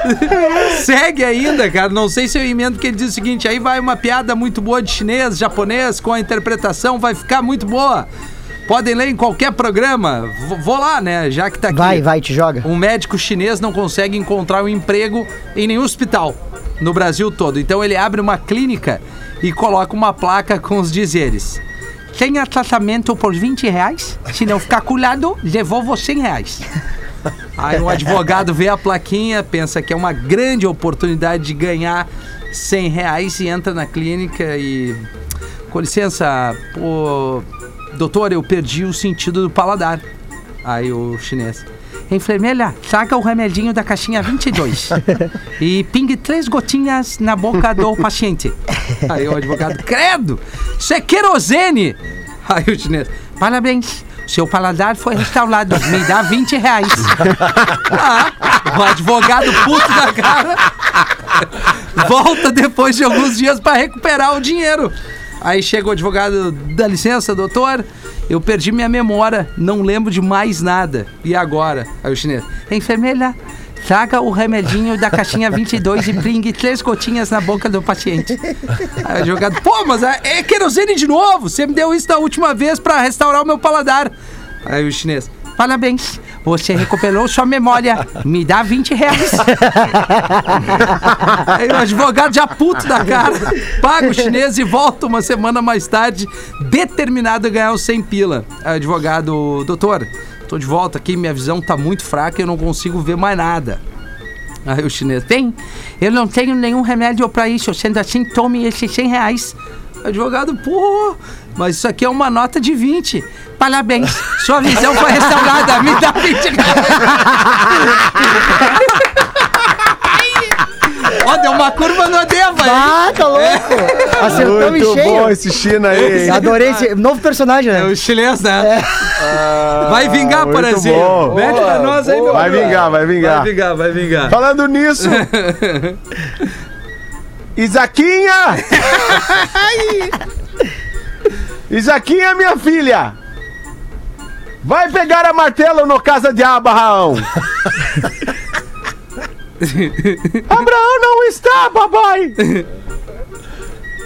Speaker 1: [laughs] segue ainda, cara. Não sei se eu emendo que ele diz o seguinte: aí vai uma piada muito boa de chinês, japonês, com a interpretação, vai ficar muito boa. Podem ler em qualquer programa. V- vou lá, né? Já que tá aqui.
Speaker 2: Vai, vai, te joga.
Speaker 1: Um médico chinês não consegue encontrar um emprego em nenhum hospital no Brasil todo. Então ele abre uma clínica e coloca uma placa com os dizeres. Tenha tratamento por 20 reais, se não ficar curado, devolvo 100 reais. Aí um advogado vê a plaquinha, pensa que é uma grande oportunidade de ganhar 100 reais e entra na clínica e... Com licença, pô, doutor, eu perdi o sentido do paladar. Aí o chinês. Enfermeira, traga o remedinho da caixinha 22 e pingue três gotinhas na boca do paciente. Aí o advogado, credo, isso é querosene. Aí o chinês, parabéns, seu paladar foi restaurado, me dá 20 reais. Ah, [laughs] o advogado puto da cara [laughs] volta depois de alguns dias para recuperar o dinheiro. Aí chega o advogado, dá licença, doutor, eu perdi minha memória, não lembro de mais nada. E agora? Aí o chinês, enfermeira, traga o remedinho da caixinha 22 e pingue três gotinhas na boca do paciente. Aí o advogado, pô, mas é querosene de novo, você me deu isso da última vez para restaurar o meu paladar. Aí o chinês, parabéns, você recuperou sua memória, me dá 20 reais. Aí o advogado já puto da cara, paga o chinês e volta uma semana mais tarde, determinado a ganhar os 100 pila. Aí o advogado, doutor, tô de volta aqui, minha visão tá muito fraca e eu não consigo ver mais nada. Aí o chinês, tem? Eu não tenho nenhum remédio pra isso, sendo assim, tome esses 100 reais. O advogado, pô, mas isso aqui é uma nota de 20. Parabéns, sua visão foi restaurada, me dá 20 reais. Ó, deu uma curva no Adeva, hein?
Speaker 2: Ah, tá louco! Acertamos em
Speaker 4: Muito bom
Speaker 2: cheio.
Speaker 4: esse China aí, hein?
Speaker 2: Adorei
Speaker 3: [laughs]
Speaker 2: esse novo personagem,
Speaker 1: É
Speaker 2: né?
Speaker 1: o chinês, né? Ah, vai vingar,
Speaker 4: muito
Speaker 1: Parazinho.
Speaker 4: bom.
Speaker 1: Mete pra nós aí, meu
Speaker 4: Vai
Speaker 1: amigo.
Speaker 4: vingar, vai vingar.
Speaker 1: Vai vingar, vai vingar.
Speaker 4: Falando nisso. Isaquinha! Isaquinha, minha filha! Vai pegar a martelo no casa de Abraão! Abraão não está, papai!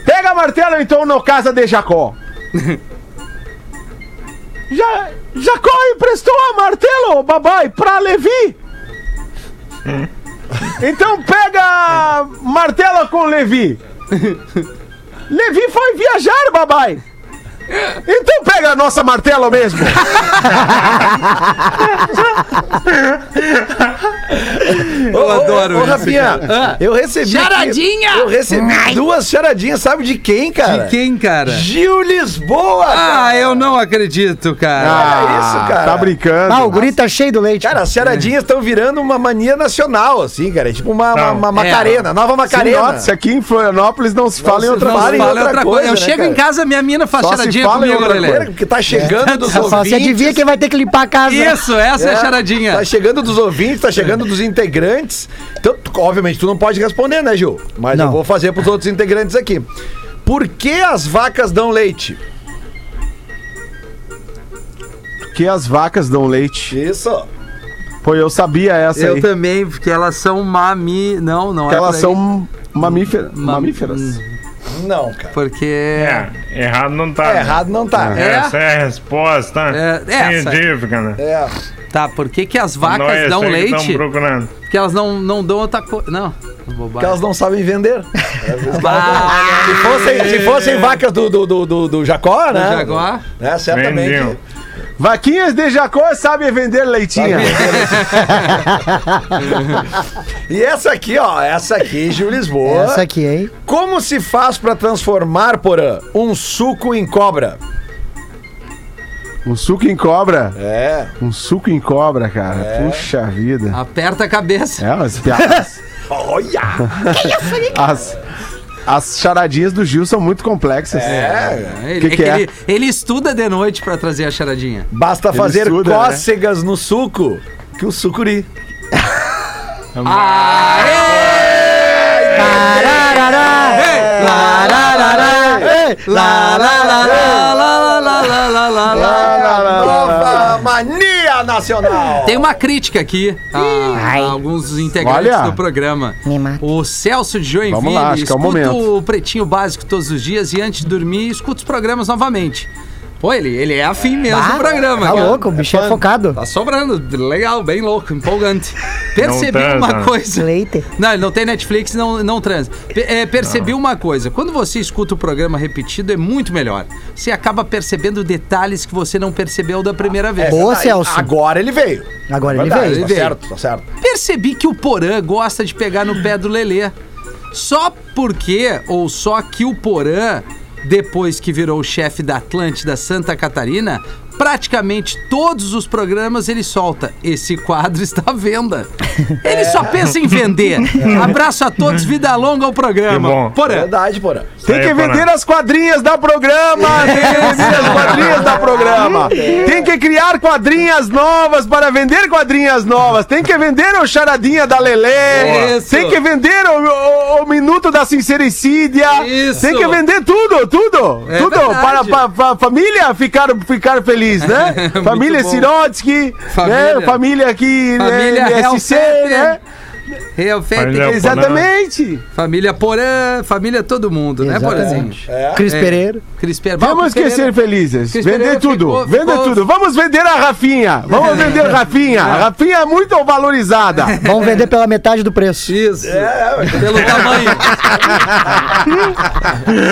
Speaker 4: Pega a martelo então no casa de Jacó! Ja Jacó emprestou a martelo, papai, para Levi! Então pega martela com Levi. [laughs] Levi foi viajar, babai. Então pega a nossa martela mesmo.
Speaker 1: Eu adoro
Speaker 5: Ô,
Speaker 1: isso.
Speaker 5: Rafinha,
Speaker 1: cara. Ah,
Speaker 5: eu recebi.
Speaker 1: Charadinha!
Speaker 5: aqui- eu recebi duas charadinhas, sabe de quem, cara?
Speaker 1: de quem, cara?
Speaker 5: Gil Lisboa!
Speaker 1: Ah,
Speaker 5: cara.
Speaker 1: eu não acredito, cara.
Speaker 5: Ah, isso, cara.
Speaker 4: Tá brincando.
Speaker 2: Ah, o guri tá cheio do leite.
Speaker 5: Cara, as charadinhas estão virando uma mania nacional, assim, cara. É tipo uma, uma, uma
Speaker 1: É.
Speaker 5: macarena, nova
Speaker 4: Sim,
Speaker 5: macarena.
Speaker 4: nota, se aqui em Florianópolis não se fala em outra
Speaker 1: Não, se
Speaker 5: trabalho em
Speaker 4: maneira.
Speaker 1: fala
Speaker 5: outra
Speaker 1: outra coisa.
Speaker 5: coisa,
Speaker 1: Eu
Speaker 5: né,
Speaker 1: chego
Speaker 5: cara?
Speaker 1: em casa, minha mina faz
Speaker 4: Só se
Speaker 1: charadinha
Speaker 4: fala em
Speaker 1: comigo,
Speaker 4: outra
Speaker 1: Lelê. É.
Speaker 5: Cara, que tá chegando dos
Speaker 2: Só
Speaker 5: ouvintes.
Speaker 2: se adivinha quem vai ter que limpar a casa.
Speaker 1: Isso, essa é, a
Speaker 5: É,
Speaker 1: charadinha.
Speaker 5: Tá chegando dos ouvintes, tá chegando dos integrantes. Então, tu- obviamente, tu não pode responder, né, Gil? Mas eu
Speaker 2: Não.
Speaker 5: vou fazer pros outros integrantes aqui. Por que as vacas dão leite?
Speaker 4: Que as vacas dão leite.
Speaker 5: Isso.
Speaker 4: Pô, eu sabia essa
Speaker 1: Eu
Speaker 4: aí.
Speaker 1: também, porque elas são mami... Não, não
Speaker 4: Que
Speaker 1: é por
Speaker 4: elas
Speaker 1: aí.
Speaker 4: são mamífera-
Speaker 1: Mam-
Speaker 4: mamíferas.
Speaker 5: Não, cara.
Speaker 1: Porque...
Speaker 3: É, errado não tá.
Speaker 5: É,
Speaker 3: né?
Speaker 5: errado não tá.
Speaker 1: É.
Speaker 3: Essa é a resposta
Speaker 1: É, essa.
Speaker 3: científica, né?
Speaker 5: É.
Speaker 1: Tá, por que que as
Speaker 3: Não é
Speaker 1: vacas
Speaker 3: isso
Speaker 1: dão
Speaker 3: aí que tão
Speaker 1: leite?
Speaker 3: procurando.
Speaker 1: Porque elas não, não dão outra coisa. Não,
Speaker 5: Porque
Speaker 1: bobagem.
Speaker 5: elas não sabem vender.
Speaker 1: Ah,
Speaker 5: Se fossem, se fossem vacas do, do, do, do, do Jacó, né?
Speaker 1: Jaguar...
Speaker 5: É, certamente.
Speaker 3: Vendiam.
Speaker 4: Vaquinhas de Jacó sabem vender
Speaker 5: Tá
Speaker 4: leitinha.
Speaker 5: [laughs] E essa aqui, ó, essa aqui, Gil Lisboa.
Speaker 2: Essa aqui, hein?
Speaker 5: Como se faz pra transformar, Porã, um suco em cobra?
Speaker 4: Um suco em cobra.
Speaker 5: É.
Speaker 4: Um suco em cobra, cara. Puxa vida.
Speaker 1: Aperta a cabeça.
Speaker 4: É, as piadas.
Speaker 5: Olha!
Speaker 4: As, As charadinhas do Gil são muito complexas. É.
Speaker 1: Ele,
Speaker 4: Que
Speaker 1: é
Speaker 4: que
Speaker 1: que
Speaker 4: é?
Speaker 1: ele- ele estuda de noite pra trazer a charadinha.
Speaker 5: Basta fazer
Speaker 4: estuda, né?
Speaker 5: cócegas no suco que o sucuri.
Speaker 4: Ah,
Speaker 5: Nova mania nacional.
Speaker 1: Tem uma crítica aqui a, a alguns dos integrantes
Speaker 4: Olha.
Speaker 1: do programa.
Speaker 2: Me mata.
Speaker 1: O Celso de Joinville
Speaker 4: Vamos lá, acho que é o
Speaker 1: escuta
Speaker 4: momento.
Speaker 1: o Pretinho Básico todos os dias e antes de dormir escuta os programas novamente. Pô, ele, ele é afim mesmo do programa.
Speaker 2: Tá
Speaker 1: cara.
Speaker 2: louco, o bicho é focado.
Speaker 1: Tá sobrando, legal, bem louco,
Speaker 4: [laughs]
Speaker 1: empolgante. Percebi
Speaker 3: transa.
Speaker 1: uma coisa.
Speaker 2: Leite.
Speaker 1: Não, ele não tem Netflix, não, não transa. Pe- é, percebi
Speaker 3: Ah.
Speaker 1: uma coisa. Quando você escuta o programa repetido, é muito melhor. Você acaba percebendo detalhes que você não percebeu da primeira
Speaker 3: Ah,
Speaker 1: vez.
Speaker 3: é.
Speaker 2: Boa, Celso.
Speaker 5: Agora ele veio.
Speaker 2: Agora ele
Speaker 5: Verdade,
Speaker 2: veio.
Speaker 1: ele
Speaker 5: tá
Speaker 1: veio.
Speaker 5: certo, tá certo.
Speaker 1: Percebi que o Porã gosta de pegar no pé do Lelê. Só porque, ou só que o Porã, depois que virou o chefe da Atlântida Santa Catarina, praticamente todos os programas ele solta. Esse quadro [laughs] está à venda. Ele
Speaker 3: É.
Speaker 1: só pensa em
Speaker 3: [laughs]
Speaker 1: vender. Abraço a todos, vida longa ao programa.
Speaker 3: Que bom.
Speaker 1: Porã.
Speaker 5: Verdade, porra.
Speaker 4: Tem que vender as quadrinhas da programa! Tem que vender as quadrinhas da programa! Tem que criar quadrinhas novas para vender quadrinhas novas! Tem que vender o charadinha da Lelê!
Speaker 1: Isso.
Speaker 4: Tem que vender o, o- o minuto da sincericídia!
Speaker 1: Isso.
Speaker 4: Tem que vender tudo, tudo!
Speaker 1: É
Speaker 4: tudo!
Speaker 1: verdade.
Speaker 4: Para a família ficar, ficar feliz, né?
Speaker 1: [laughs] Muito
Speaker 4: família
Speaker 1: bom.
Speaker 4: Sirotsky, família.
Speaker 1: Família.
Speaker 4: né? Família aqui,
Speaker 1: Família
Speaker 4: né? MSC,
Speaker 1: Helfer,
Speaker 4: né?
Speaker 1: Real Fete,
Speaker 3: Família-
Speaker 4: Exatamente!
Speaker 1: Família Porã, família todo mundo, né, Porãzinho?
Speaker 2: Exatamente. Cris
Speaker 1: É.
Speaker 2: Pereira.
Speaker 1: Cris Pereira.
Speaker 4: Vamos
Speaker 1: Cris
Speaker 4: esquecer
Speaker 1: Pereira.
Speaker 4: felizes.
Speaker 1: Cris
Speaker 4: vender
Speaker 1: Pereira
Speaker 4: tudo.
Speaker 1: ficou-
Speaker 4: vender
Speaker 1: ficou-
Speaker 4: tudo. Vamos vender a Rafinha.
Speaker 1: [laughs]
Speaker 4: Vamos vender a Rafinha. A Rafinha é muito valorizada.
Speaker 2: Vamos vender pela metade do preço.
Speaker 1: Isso.
Speaker 5: É,
Speaker 1: Pelo tamanho.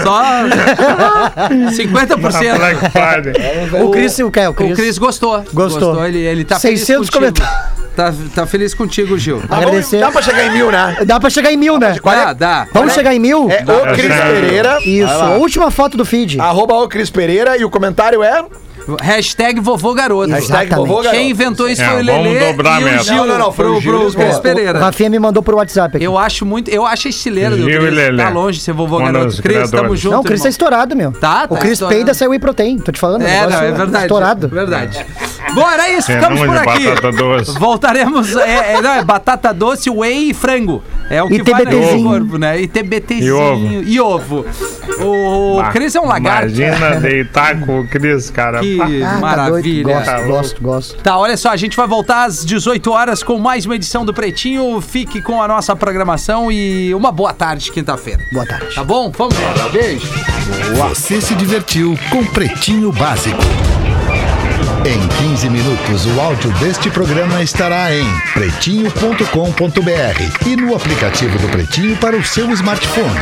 Speaker 1: Só 50%.
Speaker 3: Black
Speaker 1: [laughs]
Speaker 3: Friday.
Speaker 2: O Cris e o Caio.
Speaker 1: O Cris gostou. Ele, ele tá
Speaker 2: 600
Speaker 1: feliz contigo.
Speaker 2: comentários. Ah,
Speaker 1: Tá, tá feliz contigo, Gil.
Speaker 2: Agradecer.
Speaker 5: Dá pra chegar em mil, né?
Speaker 2: Dá pra chegar em mil, né?
Speaker 1: Dá, dá.
Speaker 2: Vamos chegar em mil?
Speaker 5: É o
Speaker 3: pra
Speaker 5: Cris
Speaker 3: chegar em mil.
Speaker 5: Pereira.
Speaker 2: Isso.
Speaker 5: Vai lá.
Speaker 2: A última foto do feed.
Speaker 1: Ah,
Speaker 5: Arroba o Cris Pereira e o comentário é.
Speaker 1: Hashtag vovô garoto.
Speaker 5: Hashtag
Speaker 2: Exatamente.
Speaker 5: vovô garoto.
Speaker 1: Quem inventou isso
Speaker 3: É,
Speaker 1: foi o
Speaker 3: vamos
Speaker 1: Lelê
Speaker 3: dobrar
Speaker 1: e o
Speaker 3: mesmo.
Speaker 1: Gil.
Speaker 5: Não, não, não, foi o
Speaker 1: pro,
Speaker 5: Gil
Speaker 1: pro
Speaker 5: Lisboa.
Speaker 1: Cris
Speaker 2: O
Speaker 1: Pereira.
Speaker 2: Rafinha me mandou pro WhatsApp aqui.
Speaker 1: Eu acho muito... Eu acho a estileira do
Speaker 3: Gil e
Speaker 1: Cris.
Speaker 3: Lelê.
Speaker 1: Tá longe de ser vovô
Speaker 3: Um dos
Speaker 1: garoto. Cris, tamo
Speaker 3: criadores.
Speaker 1: junto,
Speaker 2: Não, o Cris tá
Speaker 1: irmão.
Speaker 2: estourado, meu.
Speaker 1: Tá, tá
Speaker 2: O Cris
Speaker 1: estourado.
Speaker 2: peida saiu whey protein, tô te falando. o
Speaker 1: É,
Speaker 2: negócio
Speaker 1: não, é verdade.
Speaker 2: Estourado.
Speaker 1: É verdade. Bom, era isso.
Speaker 3: Tem
Speaker 1: Ficamos por
Speaker 3: número de
Speaker 1: aqui.
Speaker 3: batata doce.
Speaker 1: Voltaremos. É, é, não, é batata doce, whey e frango. É o que
Speaker 2: E
Speaker 1: vai no
Speaker 2: TBTzinho.
Speaker 1: corpo, né? E TBTzinho.
Speaker 3: E
Speaker 1: E
Speaker 3: ovo.
Speaker 1: ovo. O Cris é um lagarto.
Speaker 3: Imagina deitar com o Cris, cara.
Speaker 1: Que
Speaker 3: Pá.
Speaker 2: Ah, tá doido.
Speaker 1: maravilha.
Speaker 2: Gosto, gosto, gosto.
Speaker 1: Tá, olha só, a gente vai voltar às 18 horas com mais uma edição do Pretinho. Fique com a nossa programação e uma boa tarde quinta-feira.
Speaker 2: Boa tarde.
Speaker 1: Tá bom? Vamos embora. Beijo.
Speaker 6: Você se divertiu com Pretinho Básico. Em 15 minutos, o áudio deste programa estará em pretinho.com.br e no aplicativo do Pretinho para o seu smartphone.